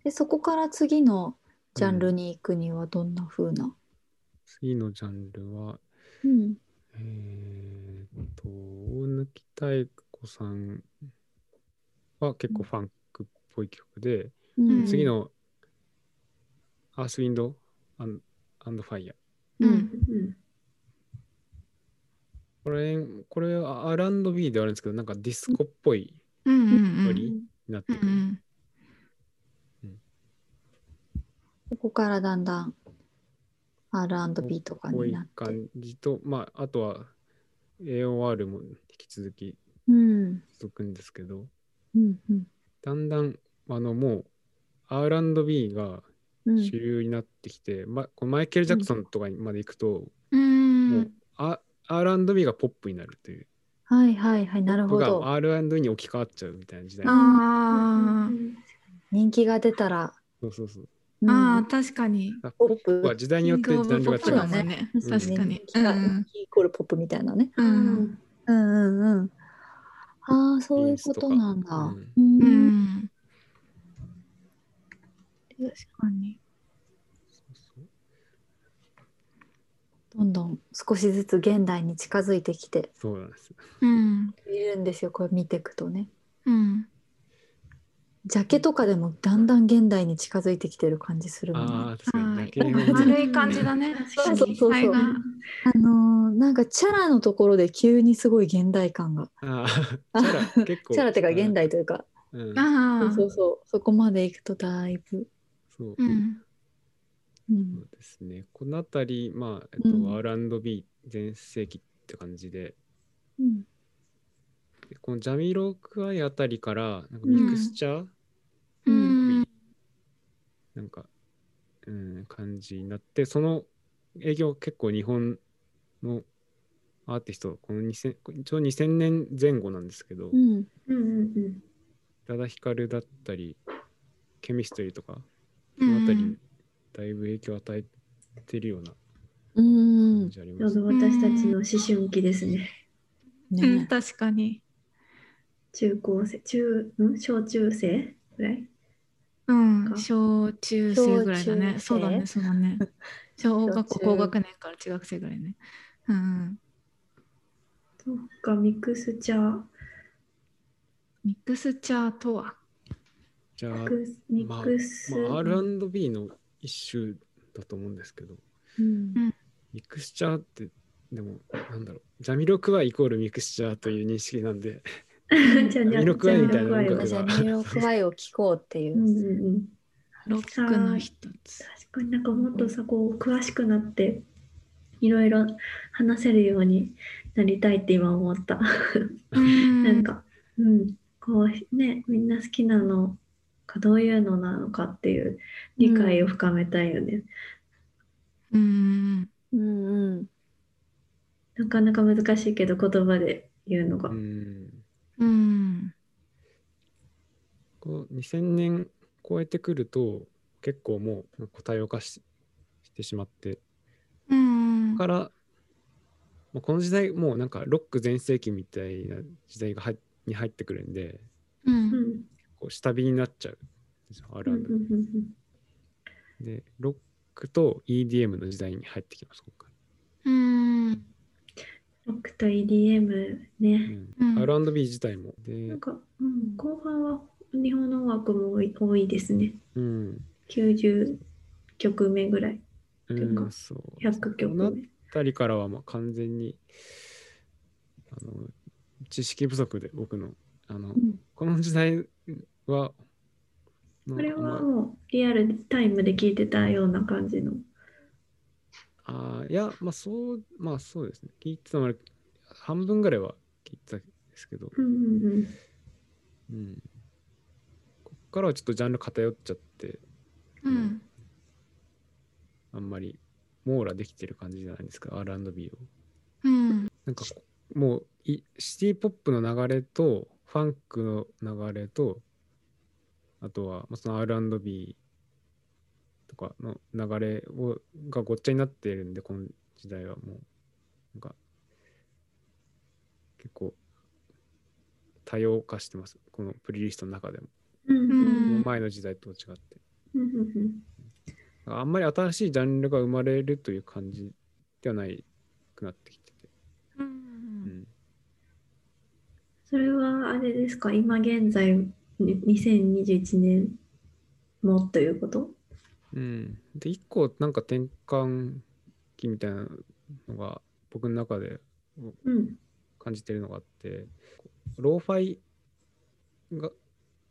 Speaker 3: でそこから次のジャンルに行くにはどんな風な。
Speaker 4: 次のジャンルは
Speaker 3: うん。
Speaker 4: えーっと、大貫妙子さんは結構ファンクっぽい曲で、
Speaker 2: うん
Speaker 4: 次。のアースウィンドアンアンドファイヤ
Speaker 2: う
Speaker 4: ー。
Speaker 3: うんん。
Speaker 1: うん
Speaker 4: これ、これは R&B ではあるんですけど、なんかディスコっぽい
Speaker 2: うんうんうん
Speaker 4: よりになって
Speaker 2: う
Speaker 4: くる。
Speaker 2: ん
Speaker 3: ここからだんだん R&B とか
Speaker 4: こう
Speaker 3: に
Speaker 4: い
Speaker 3: なっ
Speaker 4: う
Speaker 3: て。
Speaker 4: 感じと、まあ、あとは AOR も引き続き
Speaker 3: うん。
Speaker 4: 続くんですけど、
Speaker 3: うんうん
Speaker 4: だんだん、あの、もう R&B が
Speaker 3: うん。
Speaker 4: 主流になってきて、ま、このマイケル・ジャクソンとかにまで行くと、
Speaker 2: うんう
Speaker 4: もうん R- R&B がポップになるという
Speaker 3: はいはいはいなるほ
Speaker 4: 僕
Speaker 3: ど。
Speaker 4: が R&B に置き換わっちゃうみたいな時代
Speaker 2: ああ
Speaker 3: 人気が出たら。
Speaker 4: そうそうそう
Speaker 3: うん
Speaker 2: ああ確かに。
Speaker 4: だから
Speaker 3: ポ
Speaker 4: ポ
Speaker 3: ップ
Speaker 4: ップは時代によってジャンルが違う
Speaker 2: キングオブポップだも
Speaker 4: ね
Speaker 2: んね。
Speaker 4: うん
Speaker 2: 確かに。
Speaker 3: 人
Speaker 2: う
Speaker 3: 気が人
Speaker 2: ん
Speaker 3: 気イコールポップみたいなね。
Speaker 2: う
Speaker 1: うんん
Speaker 3: うんうんうん。ああそういうことなんだ。
Speaker 4: う
Speaker 3: うん
Speaker 2: う
Speaker 3: うん
Speaker 2: ん確かに。
Speaker 3: どんどん少しずつ現代に近づいてきて
Speaker 4: そうなんです
Speaker 2: うん
Speaker 3: いるんですよこれ見ていくとね。
Speaker 2: うん。
Speaker 3: ジャケとかでもだんだん現代に近づいてきてる感じするもんね。
Speaker 4: ああ確かに
Speaker 2: は
Speaker 4: だ
Speaker 2: い
Speaker 4: けど
Speaker 2: 丸い感じだね。
Speaker 1: そう
Speaker 3: そうそうそう
Speaker 2: 色彩が
Speaker 3: あのーなんかチャラのところで急にすごい現代感が。
Speaker 4: ああチャラ結構
Speaker 3: チャラってか現代というか、
Speaker 4: うん
Speaker 2: ああ。
Speaker 3: そうそう、そこまで行くとだいぶ。
Speaker 4: そう
Speaker 2: うん。
Speaker 3: う
Speaker 4: そ
Speaker 3: ん
Speaker 4: うですねこの辺りまあえっ
Speaker 3: う
Speaker 4: と
Speaker 3: ん
Speaker 4: R&B 全盛期って感じで
Speaker 3: うん
Speaker 4: でこのジャミロクワイあたりからなんかミクスチャー
Speaker 2: うん。
Speaker 4: なんか、うん、感じになって、その影響結構日本のアーティスト、この2000、ちょうど2000年前後なんですけど、宇
Speaker 3: うん
Speaker 1: うんうん
Speaker 4: 多田ヒカルだったり、ケミストリーとか、
Speaker 2: う
Speaker 4: そのあたり
Speaker 2: ん
Speaker 4: にだいぶ影響を与えてるような
Speaker 3: うん
Speaker 4: 感じあり
Speaker 1: ちょ
Speaker 4: ま
Speaker 1: う
Speaker 4: す。
Speaker 1: ど私たちの思春期ですね。
Speaker 2: うん、
Speaker 3: ね
Speaker 2: 確かに。
Speaker 1: 中高生、中、ん小中生ぐらい
Speaker 2: うん、
Speaker 1: か
Speaker 2: 小中生ぐらいだ
Speaker 3: 小中
Speaker 2: ね。
Speaker 3: 生
Speaker 2: そうだね、そうだね。小学校、
Speaker 3: 小中
Speaker 2: 高学年から中学生ぐらいね。うん、
Speaker 1: とかミックスチャー、
Speaker 2: ミックスチャーとは。
Speaker 4: じゃあ
Speaker 1: ミッ、クス、ミックス、
Speaker 4: まあ、R&B の一種だと思うんですけど、
Speaker 3: うん
Speaker 4: ミクスチャーって、でも、なんだろう、ジャミロクワイイコールミクスチャーという認識なんで、
Speaker 1: じゃあ
Speaker 4: ミノクワイみたいな
Speaker 1: じゃあミノクワイは
Speaker 4: 音楽が
Speaker 3: ジャミロクワイを聴こうっていうう。
Speaker 1: んうんうん。
Speaker 2: ロックの一つ。
Speaker 1: 確かになんかもっとさこう詳しくなっていろいろ話せるようになりたいって今思った、
Speaker 2: な
Speaker 1: なん、かうんこうねみんな好きなのかどういうのなのかっていう理解を深めたいよね、
Speaker 2: うん、
Speaker 3: うんうん。
Speaker 1: なかなか難しいけど言葉で言うのが、
Speaker 4: うん、
Speaker 2: うん、
Speaker 4: こう2000年超えてくると、結構もう多様化ししてしまって、
Speaker 2: うん、
Speaker 4: から、まあ、この時代もうなんかロック全盛期みたいな時代が入に入ってくるんで
Speaker 2: う
Speaker 1: うん
Speaker 2: ん、
Speaker 4: こう下火になっちゃうんですよ
Speaker 1: うんうん
Speaker 4: R&B
Speaker 1: うんうん
Speaker 4: でロックと EDM の時代に入ってきます今回
Speaker 2: うん、
Speaker 1: ロックと EDM ね、
Speaker 2: うん
Speaker 4: R&B 自体もで
Speaker 1: なん、か、うん、後半は日本の音楽も多い多いですね
Speaker 4: うん
Speaker 1: 90曲目ぐらい
Speaker 4: うん
Speaker 1: てか
Speaker 4: そう
Speaker 1: 100曲
Speaker 4: この
Speaker 1: 目。
Speaker 4: 辺りからはまあ完全にあの知識不足で僕のあの、
Speaker 3: ん
Speaker 4: この時代は
Speaker 1: これは
Speaker 4: まあ
Speaker 1: もうリアルタイムで聞いてたような感じの。
Speaker 4: ああ、いや、まあそう、まあそうですね。聞いてたのは半分ぐらいは聞いてたんですけど、
Speaker 1: うんうん
Speaker 4: うん。こっからはちょっとジャンル偏っちゃって、
Speaker 2: うん、
Speaker 4: あんまり網羅できてる感じじゃないですか、R&B を。
Speaker 2: うん、
Speaker 4: なんかこもうい、シティポップの流れと、ファンクの流れと、あとは、まあその R&B とかの流れをがごっちゃになっているんで、この時代はもう、なんか、結構、多様化してます。このプレイリストの中でも。
Speaker 1: うんうん
Speaker 2: うん
Speaker 4: 前の時代と違って。
Speaker 1: うんうん
Speaker 4: あんまり新しいジャンルが生まれるという感じではないくなってきてて。
Speaker 2: う、
Speaker 4: うんん
Speaker 1: それはあれですか、今現在に2021年もということ
Speaker 4: うん、で一個なんか転換期みたいなのが僕の中で
Speaker 1: うん
Speaker 4: 感じてるのがあってこうローファイが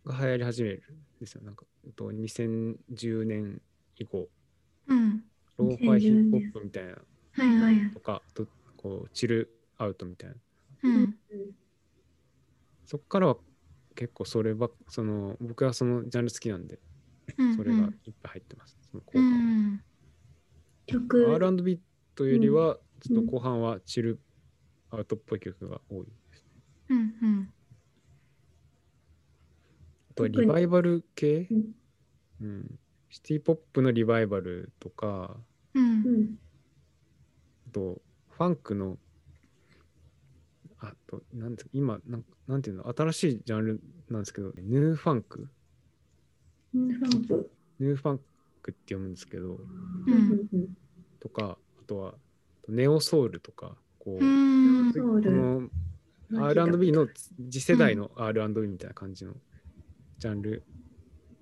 Speaker 4: が流行り始めるんですよなんかえっと2010年以降
Speaker 2: うん、
Speaker 4: ローファイヒ
Speaker 1: 2010
Speaker 4: ップ
Speaker 1: 年
Speaker 4: ホップみたいな
Speaker 2: はいはい、
Speaker 4: とかとこうチルアウトみたいな
Speaker 2: うん、
Speaker 4: そっからは結構そればその僕はそのジャンル好きなんで
Speaker 2: うん、
Speaker 4: それがいっぱい入ってます、その後
Speaker 2: う
Speaker 4: 半は。
Speaker 2: ん、
Speaker 1: 曲、
Speaker 4: R&B というよりは、ちょっと後半はチルアウトっぽい曲が多い。
Speaker 2: うん、うん。
Speaker 4: あとは
Speaker 1: 特
Speaker 4: リ
Speaker 1: に
Speaker 4: バイバル系
Speaker 1: う、ん
Speaker 4: うん、シティポップのリバイバルとか、
Speaker 2: う、
Speaker 1: うんん
Speaker 4: あとファンクの、あと、なんて今なん、なんていうの、新しいジャンルなんですけど、ヌーファンク。
Speaker 1: ファンク
Speaker 4: ヌーファンクって読むんですけど、
Speaker 1: う
Speaker 2: うんん、
Speaker 1: うん
Speaker 4: とか、あとはネオソウルとか、こう、
Speaker 2: うん、
Speaker 4: こ
Speaker 1: ソウル
Speaker 4: の
Speaker 1: うん
Speaker 4: R&B の次世代の R&B みたいな感じのジャンル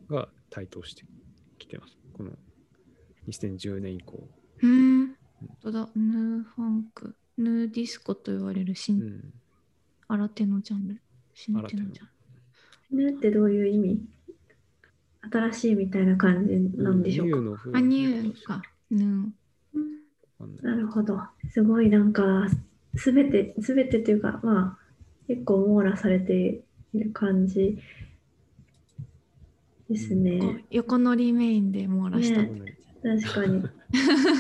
Speaker 4: が台頭してきてます。この2010年以降。
Speaker 2: うん。本当だ、ヌーファンク、ヌーディスコと言われる
Speaker 4: う
Speaker 2: 新、
Speaker 4: ん、
Speaker 2: 新手のジャンル、新手のジャン
Speaker 1: ヌーってどういう意味新しいみたいな感じなんでしょ
Speaker 4: ニュー
Speaker 1: うか。
Speaker 4: の風
Speaker 2: ル。あ、ニューか、ヌー。
Speaker 1: うん
Speaker 4: わかんない
Speaker 1: なるほど。すごいなんか、すべて、すべてというか、まあ、結構網羅されている感じです
Speaker 2: こ
Speaker 1: ね
Speaker 2: う。横乗りメインで網羅した
Speaker 4: わ。かんない
Speaker 1: 確か に。で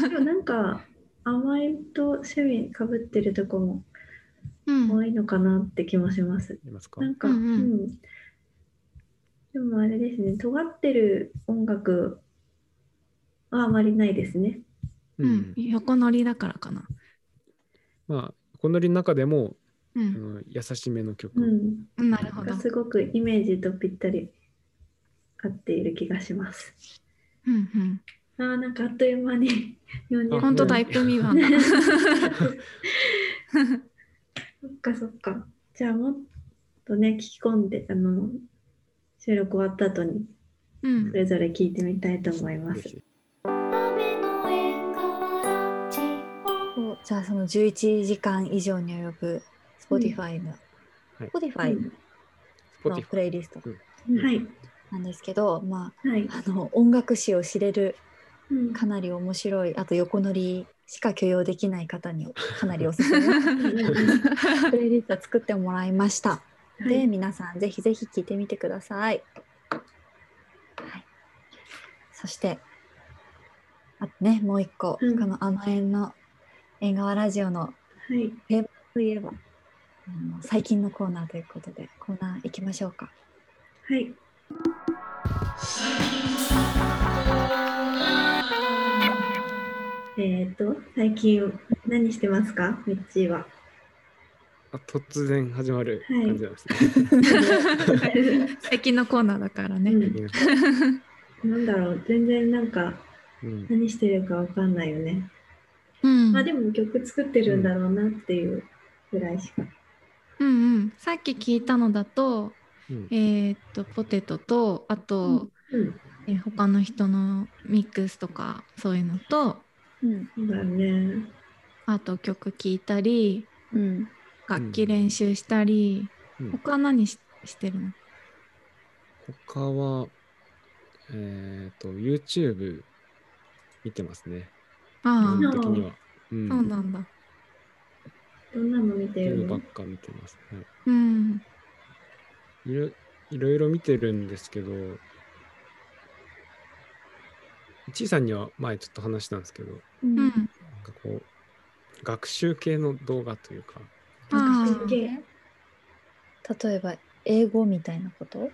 Speaker 1: もなんか、甘いと趣味かぶってるとこも
Speaker 2: うん、
Speaker 1: 多いのかなって気もします。
Speaker 4: いますか
Speaker 1: なんか、う
Speaker 2: うんんうん
Speaker 1: でもあれですね、尖ってる音楽はあまりないですね。
Speaker 4: うん
Speaker 2: 横乗りだからかな。
Speaker 4: まあ、このりの中でも、
Speaker 2: う
Speaker 4: あ
Speaker 2: ん、
Speaker 4: の優しめの曲、
Speaker 1: うん、
Speaker 2: なるほど
Speaker 1: が。すごくイメージとぴったり合っている気がします。
Speaker 2: うん
Speaker 1: あーなんかあっという間に 40
Speaker 2: う
Speaker 1: 分。
Speaker 2: ん。本当だ、
Speaker 4: い
Speaker 2: 一分未満だ。
Speaker 1: そっかそっか。じゃあもっとね、聞き込んで、あの、収録終わった後に、
Speaker 2: うん
Speaker 1: そ。れぞれ聞いてみたいと思いま
Speaker 4: ぜ
Speaker 1: す。
Speaker 4: ひ
Speaker 3: そうじゃあその11時間以上に及ぶ Spotify の、
Speaker 4: はい
Speaker 3: Spotify の
Speaker 4: Spotify
Speaker 3: プレイリスト
Speaker 1: はい。
Speaker 3: なんですけど、ま
Speaker 1: はい。
Speaker 3: あ、あの音楽史を知れる
Speaker 1: うん
Speaker 3: かなり面白いあと横乗りしか許容できない方にかなりおすすめのプレイリスト作ってもらいました。
Speaker 1: は
Speaker 3: で
Speaker 1: い
Speaker 3: 皆さんぜひぜひ聞いてみてください。はい、そしてあとねもう一個、
Speaker 1: うん
Speaker 3: この甘えんの縁側ラジオの
Speaker 1: はい。
Speaker 3: といえばあの最近のコーナーということでコーナー行きましょうか。
Speaker 1: はい。えっ、と、最近何してますか、ミッチー は。
Speaker 4: あ突然始まる
Speaker 1: はい
Speaker 4: 感じなんですね。
Speaker 2: 最近のコーナーだから
Speaker 1: う
Speaker 2: ね。
Speaker 1: んなんだろう、全然なんか
Speaker 4: うん
Speaker 1: 何してるかわかんないよね。
Speaker 2: うん。
Speaker 1: まあでも曲作ってるんだろうなっていうぐらいしか。
Speaker 2: うんうん。さっき聞いたのだと、
Speaker 4: うん
Speaker 2: えーっと、ポテトと、あと、
Speaker 1: うん。
Speaker 2: えー他の人のミックスとか、そういうのと、
Speaker 3: うん
Speaker 1: そうだよね。
Speaker 2: あと曲聴いたり、
Speaker 3: うん、
Speaker 2: 楽器練習したり、
Speaker 4: うん
Speaker 2: 他何ししてるの
Speaker 4: 他は、えっ、と、YouTube 見てますね。基
Speaker 2: あ
Speaker 4: 本
Speaker 2: あ、
Speaker 4: 的には。うん。
Speaker 2: そうなんだ。
Speaker 1: どんなの見て
Speaker 4: ゲーム
Speaker 1: るの
Speaker 4: ばっ？か見てます、ね
Speaker 2: うん。
Speaker 4: いろ。いろいろ見てるんですけど、ちいさんには前ちょっと話したんですけど、
Speaker 3: うん
Speaker 2: うん。
Speaker 4: なんかこう、学習系の動画というか、
Speaker 2: あ
Speaker 1: 学習系
Speaker 2: ー
Speaker 3: 例えば英語みたいなこと、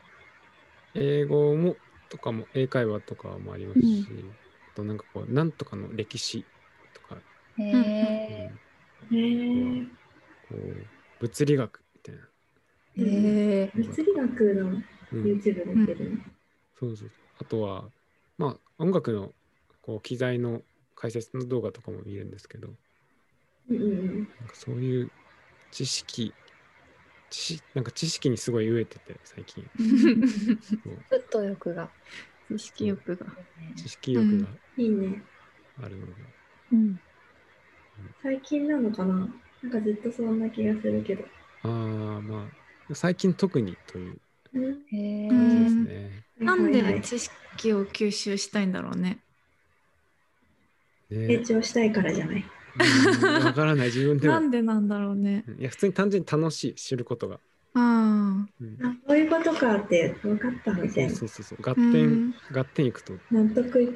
Speaker 4: 英語もとかも英会話とかもありますし、あとなんかこう、なんとかの歴史とか、
Speaker 3: へ
Speaker 1: へえ。
Speaker 4: うんこう物理学みたいな。
Speaker 3: えへえ
Speaker 1: 物理学の
Speaker 4: うん
Speaker 1: YouTube 見てるの。
Speaker 4: そうそう。あとは、まあ、音楽のこう機材の解説の動画とかも見るんですけど、
Speaker 1: うんうん
Speaker 4: なんかそういう知識、知識なんか知識にすごい飢えてて、最近。 そう
Speaker 3: フット欲が、
Speaker 2: 意識欲が。
Speaker 4: 知識欲が
Speaker 1: うん。いいね。
Speaker 4: あるので、
Speaker 3: うん、
Speaker 1: 最近なのかな？なんかずっとそんな気がするけど。
Speaker 4: ああ、まあ、最近特にという
Speaker 1: うん
Speaker 3: へえ、
Speaker 2: うん
Speaker 4: 感じですね。
Speaker 2: なん
Speaker 1: はいはい
Speaker 2: で知識を吸収したいんだろうね。
Speaker 4: ね
Speaker 1: 成長したいからじゃない。
Speaker 4: うんわからない、自分で
Speaker 2: な
Speaker 4: も。
Speaker 2: んでなんだろうね。
Speaker 4: いや、普通に単純に楽しい、知ることが。
Speaker 2: あ
Speaker 4: うん
Speaker 1: あ、そういうことかって分かったみたいな
Speaker 4: そ。うそうそう。合
Speaker 2: あ。う
Speaker 4: 点、
Speaker 2: ん
Speaker 4: 合点いくと。
Speaker 1: 納得いくっ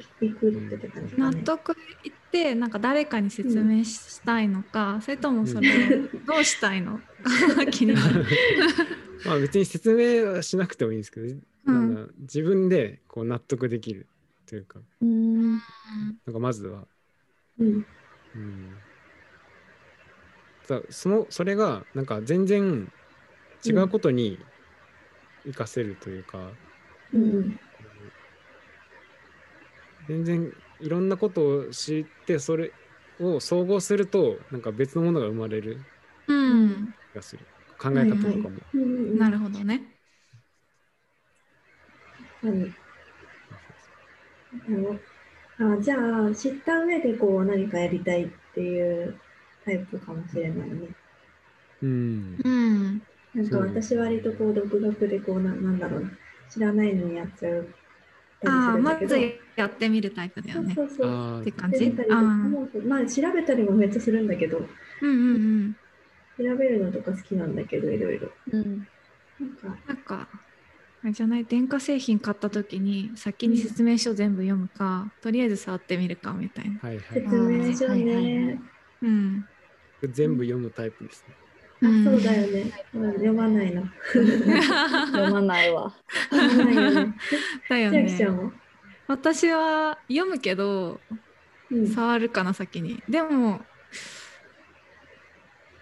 Speaker 1: て感じか
Speaker 2: 納
Speaker 1: ね。
Speaker 2: 得いってなんか誰かに説明したいのか、それともそれをどうしたいの か気になる。
Speaker 4: まあ別に説明はしなくてもいいんですけど、
Speaker 2: う
Speaker 4: なん
Speaker 2: ん
Speaker 4: だろう自分でこう納得できるというか、
Speaker 3: うん、
Speaker 4: なんかまずは、
Speaker 1: うん。
Speaker 4: うん、だそのそれがなんか全然違うことに活かせるというか、
Speaker 1: うん。
Speaker 4: 全然いろんなことを知ってそれを総合するとなんか別のものが生まれる
Speaker 2: うん、
Speaker 4: 気がする考え方とかも、
Speaker 1: はいはいうん。
Speaker 2: なるほどね。
Speaker 1: ほど。あじゃあ、知った上でこう何かやりたいっていうタイプかもしれないね。
Speaker 4: うん
Speaker 2: うん、
Speaker 1: なんか私割とこう独学でこうななんだろうな知らないのにやっちゃうたり
Speaker 2: ああ
Speaker 1: するんだ
Speaker 2: ま
Speaker 1: けど。
Speaker 2: ずやってみるタイプだよね。
Speaker 1: そうそうそう。
Speaker 4: あ
Speaker 2: っ
Speaker 4: ー
Speaker 2: て感
Speaker 1: 調べ
Speaker 2: じ。
Speaker 1: たりと
Speaker 2: あ
Speaker 1: か
Speaker 2: あ、
Speaker 1: もまあ調べたりもめっちゃするんだけど、調
Speaker 2: うんうんうん。
Speaker 1: べるのとか好きなんだけど、いろいろ。
Speaker 3: うん、
Speaker 1: なんか、
Speaker 2: なんかあれじゃない電化製品買った時に先に説明書全部読むか、とりあえず触ってみるかみたいな。
Speaker 4: はいは
Speaker 1: 説
Speaker 4: い
Speaker 1: 明書
Speaker 3: あーはいはいはい
Speaker 1: ね。
Speaker 2: うん。
Speaker 4: 全部読むタイプですね
Speaker 1: あ
Speaker 2: ん
Speaker 1: そうだよね。うん読まないの。
Speaker 3: 読まないわ。
Speaker 1: 読まないよね。
Speaker 2: だよ
Speaker 1: 千秋ちゃ
Speaker 2: ね。
Speaker 1: んは。
Speaker 2: 私は読むけど
Speaker 1: うん
Speaker 2: 触るかな先に。でも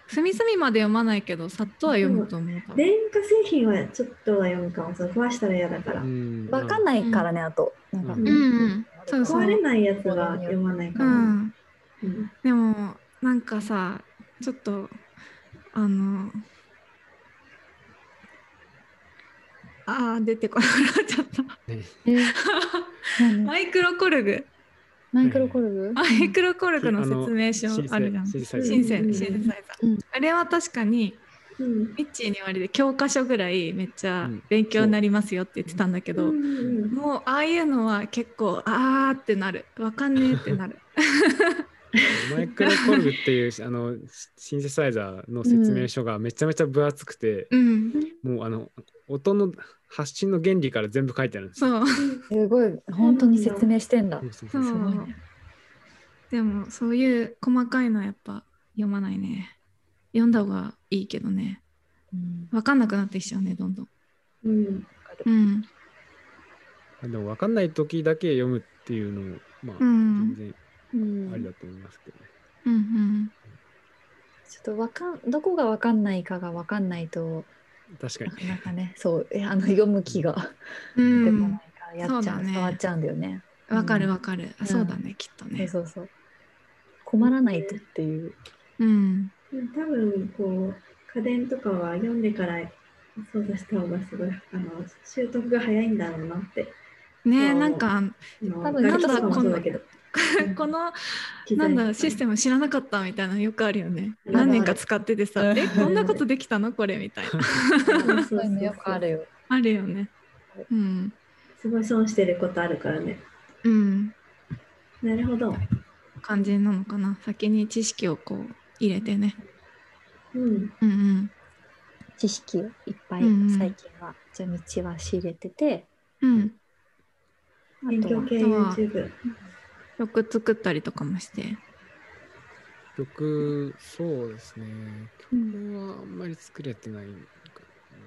Speaker 2: 隅々まで読まないけど、さっとは読むと思うから。
Speaker 1: 電化製品はちょっとは読むかもそう壊したら嫌だから、
Speaker 4: ん
Speaker 3: わかんないからね、あと。なんか
Speaker 1: うん
Speaker 2: うんそうそう
Speaker 1: 壊れないやつは読まないか
Speaker 2: う
Speaker 1: ら、
Speaker 2: ん。
Speaker 1: うん
Speaker 2: でも、なんかさ、ちょっと、あの、あー出てこなくなっちゃった。
Speaker 3: えー何
Speaker 2: マイクロコルグ。
Speaker 3: マイクロコルグ
Speaker 2: マイクロコルグの説明書あるじゃん。
Speaker 4: シンセ
Speaker 1: シ
Speaker 2: シンセ
Speaker 1: うん
Speaker 2: シンセサイザ
Speaker 3: うん
Speaker 2: ー。あれは確かに、
Speaker 1: うん
Speaker 2: ミッチーに言われて教科書ぐらいめっちゃ
Speaker 4: うん
Speaker 2: 勉強になりますよって言ってたんだけど、
Speaker 1: うんうん
Speaker 2: もうああいうのは結構あーってなるわかんねえって なる
Speaker 4: マイクロコルグっていうあのシンセサイザーの説明書がめちゃめちゃ分厚くて、
Speaker 2: うん
Speaker 4: もうあの音の発信の原理から全部書いてあるんですよ。
Speaker 2: そう
Speaker 3: すごい、本当に説明してんだ。
Speaker 4: そう
Speaker 2: そ
Speaker 4: そう
Speaker 2: う
Speaker 4: そう
Speaker 3: ごいね
Speaker 2: でもそういう細かいのはやっぱ読まないね読んだ方がいいけどね
Speaker 3: うん
Speaker 2: わかんなくなってきちゃうねどんどん
Speaker 1: うん
Speaker 2: うん
Speaker 4: でも分かんない時だけ読むっていうのも、まあ、
Speaker 2: うん
Speaker 4: 全
Speaker 3: う
Speaker 4: 然ありだ
Speaker 3: ん
Speaker 4: と思いますけどね。
Speaker 2: うんうん
Speaker 3: ちょっとわかん、どこがわかんないかがわかんないと、
Speaker 4: 確か
Speaker 3: な
Speaker 4: に。
Speaker 3: かなかね、そう、えあの読む気が
Speaker 2: う
Speaker 3: 出てこ
Speaker 2: ん
Speaker 3: ないから、やっちゃ
Speaker 2: そうだ
Speaker 3: う、
Speaker 2: ね
Speaker 3: 伝わっちゃうんだよね。
Speaker 2: わかるわかる、あそうだねきっと
Speaker 3: そう
Speaker 2: ね
Speaker 3: そうそう。困らないとっていう。
Speaker 2: うん
Speaker 1: 多分こう家電とかは読んでから操作した方がすごいあの習得が早いんだろうなって
Speaker 2: ね
Speaker 1: そう
Speaker 2: なんか
Speaker 1: 多
Speaker 3: 多分
Speaker 1: とかもそうだけど
Speaker 3: う ん
Speaker 2: この
Speaker 1: 機
Speaker 2: な
Speaker 1: 材
Speaker 2: ん
Speaker 1: とかね
Speaker 2: だシステム知らなかったみたいなのよくあるよね。
Speaker 1: あるある
Speaker 2: 何年か使っててさ、
Speaker 3: うん
Speaker 2: えこんなことできたのこれみ たいな。
Speaker 1: そう
Speaker 3: そ
Speaker 1: そうう
Speaker 3: い
Speaker 1: そうう
Speaker 3: のよくあるよ。
Speaker 2: あるよね。うん。
Speaker 1: すごい損してることあるからね
Speaker 2: うん。
Speaker 1: なるほど
Speaker 2: 感じなのかな。先に知識をこう入れてね。
Speaker 1: うん
Speaker 2: うん
Speaker 3: 知識をいっぱい
Speaker 2: うんうん
Speaker 3: 最近は、じゃあ道は仕入れてて、
Speaker 2: うん。うん。
Speaker 1: 勉強系
Speaker 2: あとは
Speaker 1: YouTube
Speaker 2: 曲作ったりとかもして。
Speaker 4: 曲、そうですね。曲はあんまり作れてないのかな。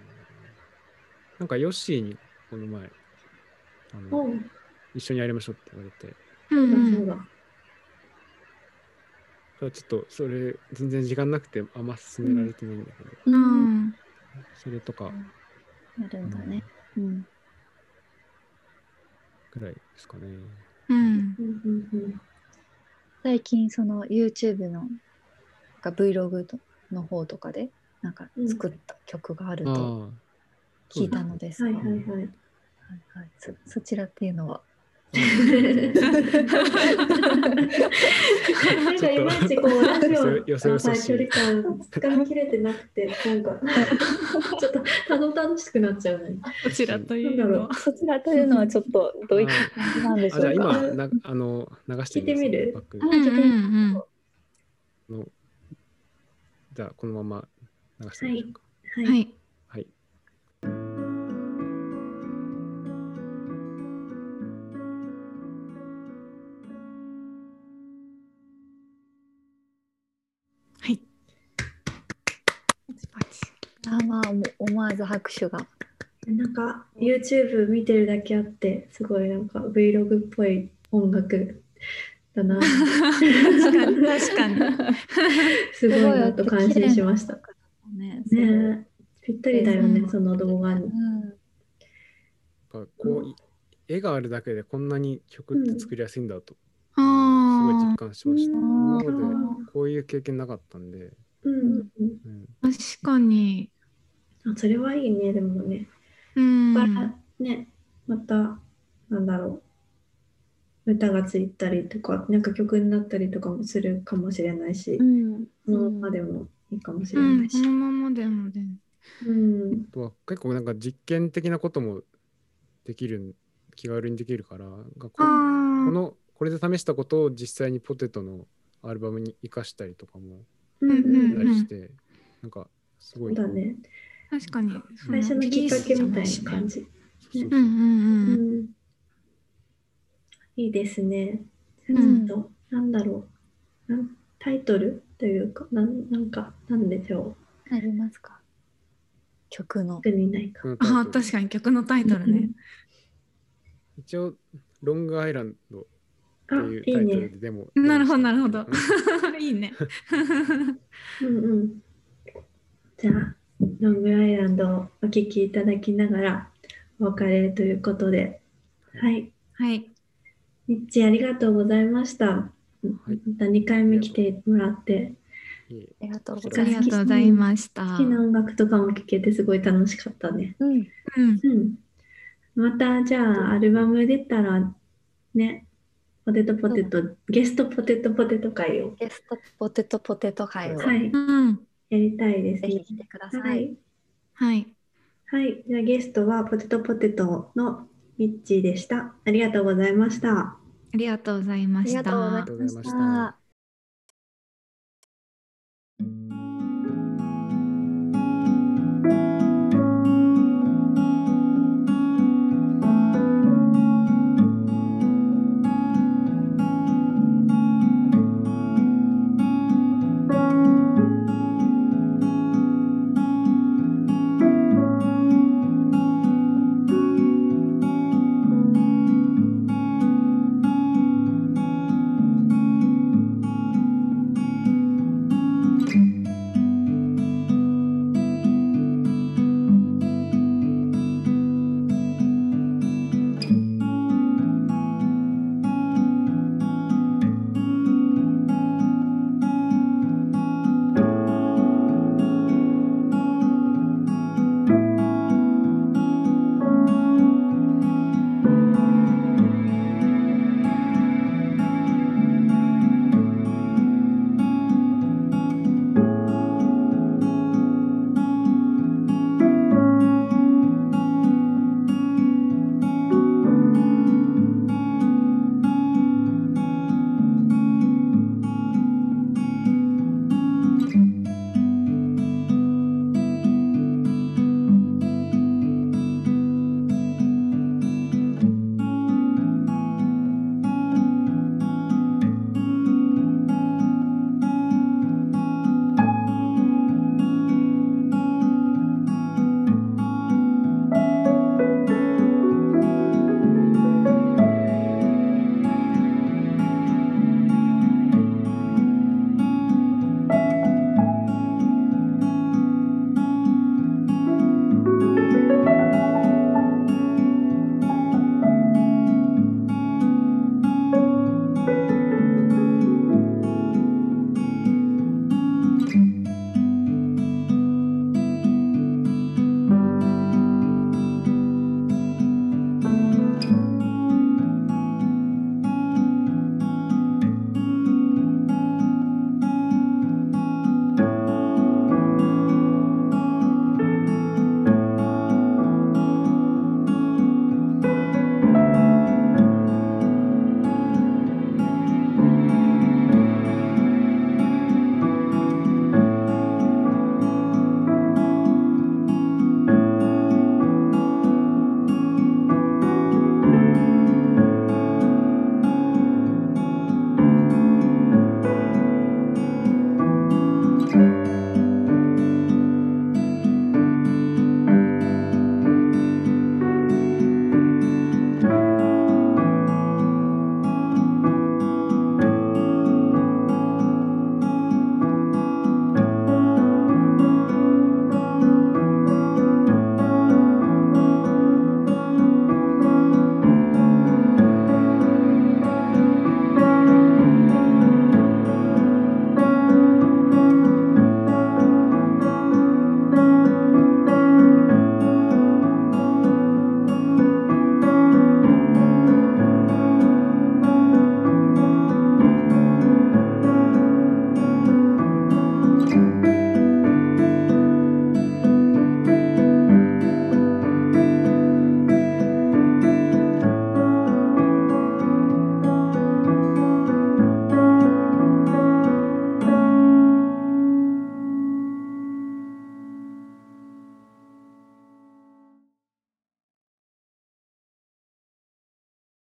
Speaker 4: なんかヨッシーにこの前、あの
Speaker 1: おう
Speaker 4: 一緒にやりましょうって言われて、
Speaker 2: う
Speaker 1: そ
Speaker 2: ん
Speaker 1: うだそうん
Speaker 2: う。
Speaker 1: だ
Speaker 4: ただちょっとそれ全然時間なくてあんま進められてないんだけど、
Speaker 2: う
Speaker 3: うん
Speaker 2: ん。
Speaker 4: それとか
Speaker 3: やるんだね。うん。
Speaker 4: くらいですかね。
Speaker 2: うん。
Speaker 1: うんうんうん
Speaker 3: 最近その YouTube のなんか Vlog との方とかでなんか作った曲があると
Speaker 4: ああ。
Speaker 3: 聞いたのですが、
Speaker 1: は
Speaker 3: はい
Speaker 1: は
Speaker 3: い
Speaker 1: いはい
Speaker 3: はいそそちらっていうのは
Speaker 1: なんかいまいちこうラジオ
Speaker 4: よそよ
Speaker 1: の
Speaker 4: そ
Speaker 1: さ
Speaker 4: し
Speaker 1: 距離
Speaker 4: い
Speaker 1: 感つかみきれてなくてなん かちょっとたどたどしくなっちゃうね。
Speaker 2: こちらという
Speaker 1: なんだ
Speaker 2: の
Speaker 1: ろ
Speaker 2: は。
Speaker 3: そちらというのはちょっとどういっ
Speaker 4: あ
Speaker 3: た感じなんでしょ
Speaker 4: あじゃあ
Speaker 3: う
Speaker 4: 今
Speaker 3: か。
Speaker 4: なあの流してみます
Speaker 1: 聞いてみる
Speaker 4: バック
Speaker 2: うんうん
Speaker 4: のじゃあこのまま流してみましょうか。
Speaker 1: は
Speaker 2: うん。はい。
Speaker 4: はい。
Speaker 2: はい。パチパチ。
Speaker 3: あーまあ思思わず拍手が。
Speaker 1: なんか YouTube 見てるだけあってすごいなんか Vlog っぽい音楽だな
Speaker 2: 確かに確かに。
Speaker 1: すごいなと感心しました。
Speaker 3: ねすごい
Speaker 1: ねえぴったりだよね
Speaker 2: うん
Speaker 1: その動画に。
Speaker 3: うん
Speaker 4: なんかこうい絵があるだけでこんなに曲って作りやすいんだと、すごい
Speaker 2: あ
Speaker 4: 実感しました。
Speaker 3: うん
Speaker 4: 今までこういう経験なかったんで、
Speaker 1: うんうんうん
Speaker 4: うん、
Speaker 2: あ。確かに。
Speaker 1: あそれはいいねでもね。
Speaker 2: うん。
Speaker 1: だからねまたなんだろう歌がついたりとかなんか曲になったりとかもするかもしれないし、
Speaker 3: うん
Speaker 1: そのままでもいいかもし
Speaker 2: う、
Speaker 1: れなんい
Speaker 2: こ
Speaker 1: し。
Speaker 2: のままでもで、
Speaker 1: うん
Speaker 4: あとは結構なんか実験的なこともできる気軽にできるからなんかこうこ
Speaker 2: ああ、
Speaker 4: のこれで試したことを実際にポテトのアルバムに生かしたりとかも
Speaker 1: うん
Speaker 4: したりして、なんかすご
Speaker 1: そう
Speaker 4: い
Speaker 1: だね。
Speaker 2: 確かに。
Speaker 1: 最初のきっかけみたいな感
Speaker 2: じ。
Speaker 1: じ。
Speaker 4: そう
Speaker 2: う
Speaker 4: そう
Speaker 2: う
Speaker 4: ん
Speaker 1: う
Speaker 2: んうん。
Speaker 1: ん、いいですね。
Speaker 2: うん
Speaker 1: となんだろうなんタイトルというかなんなんかなんでしょ
Speaker 3: ありますか曲の
Speaker 1: う。特にないか。
Speaker 4: このタイトル
Speaker 2: ああ、確かに曲のタイトルね。
Speaker 4: 一応ロングアイランドっ
Speaker 1: あ
Speaker 4: ていう
Speaker 1: い
Speaker 4: タ
Speaker 1: い
Speaker 4: イトル
Speaker 1: ね。
Speaker 4: ででも
Speaker 2: なるほどなるほど
Speaker 4: うん
Speaker 2: いいね。
Speaker 1: うんうん。じゃあロングアイランドをお聞きいただきながらお別れということではい
Speaker 2: はい。
Speaker 1: みっちーありがとうございました、また2回目来てもらって
Speaker 4: いい
Speaker 3: りがとうご
Speaker 2: あ
Speaker 3: ざい
Speaker 2: り
Speaker 3: ま
Speaker 2: がとうございました。
Speaker 1: 好きな音楽とかも聴けてすごい楽しかったね
Speaker 3: す。うん、
Speaker 2: うん。
Speaker 1: うんまたじゃあアルバム出たらねポテトポテトゲストポテトポテト会を
Speaker 3: ゲストポテトポテト会を
Speaker 1: は
Speaker 3: ぜ
Speaker 1: い
Speaker 2: うん。
Speaker 1: やりたいです
Speaker 3: ひ
Speaker 1: ね
Speaker 3: 来てくださ。
Speaker 1: はいい
Speaker 2: はい。
Speaker 1: はいじゃあゲストはポテトポテトのミッチーでしたありがとうございました
Speaker 2: ありがとうございま
Speaker 3: あり
Speaker 2: し
Speaker 3: がとうござ
Speaker 2: た
Speaker 3: い。
Speaker 4: ありがとうござい
Speaker 3: ま
Speaker 4: ま
Speaker 3: し
Speaker 4: したた。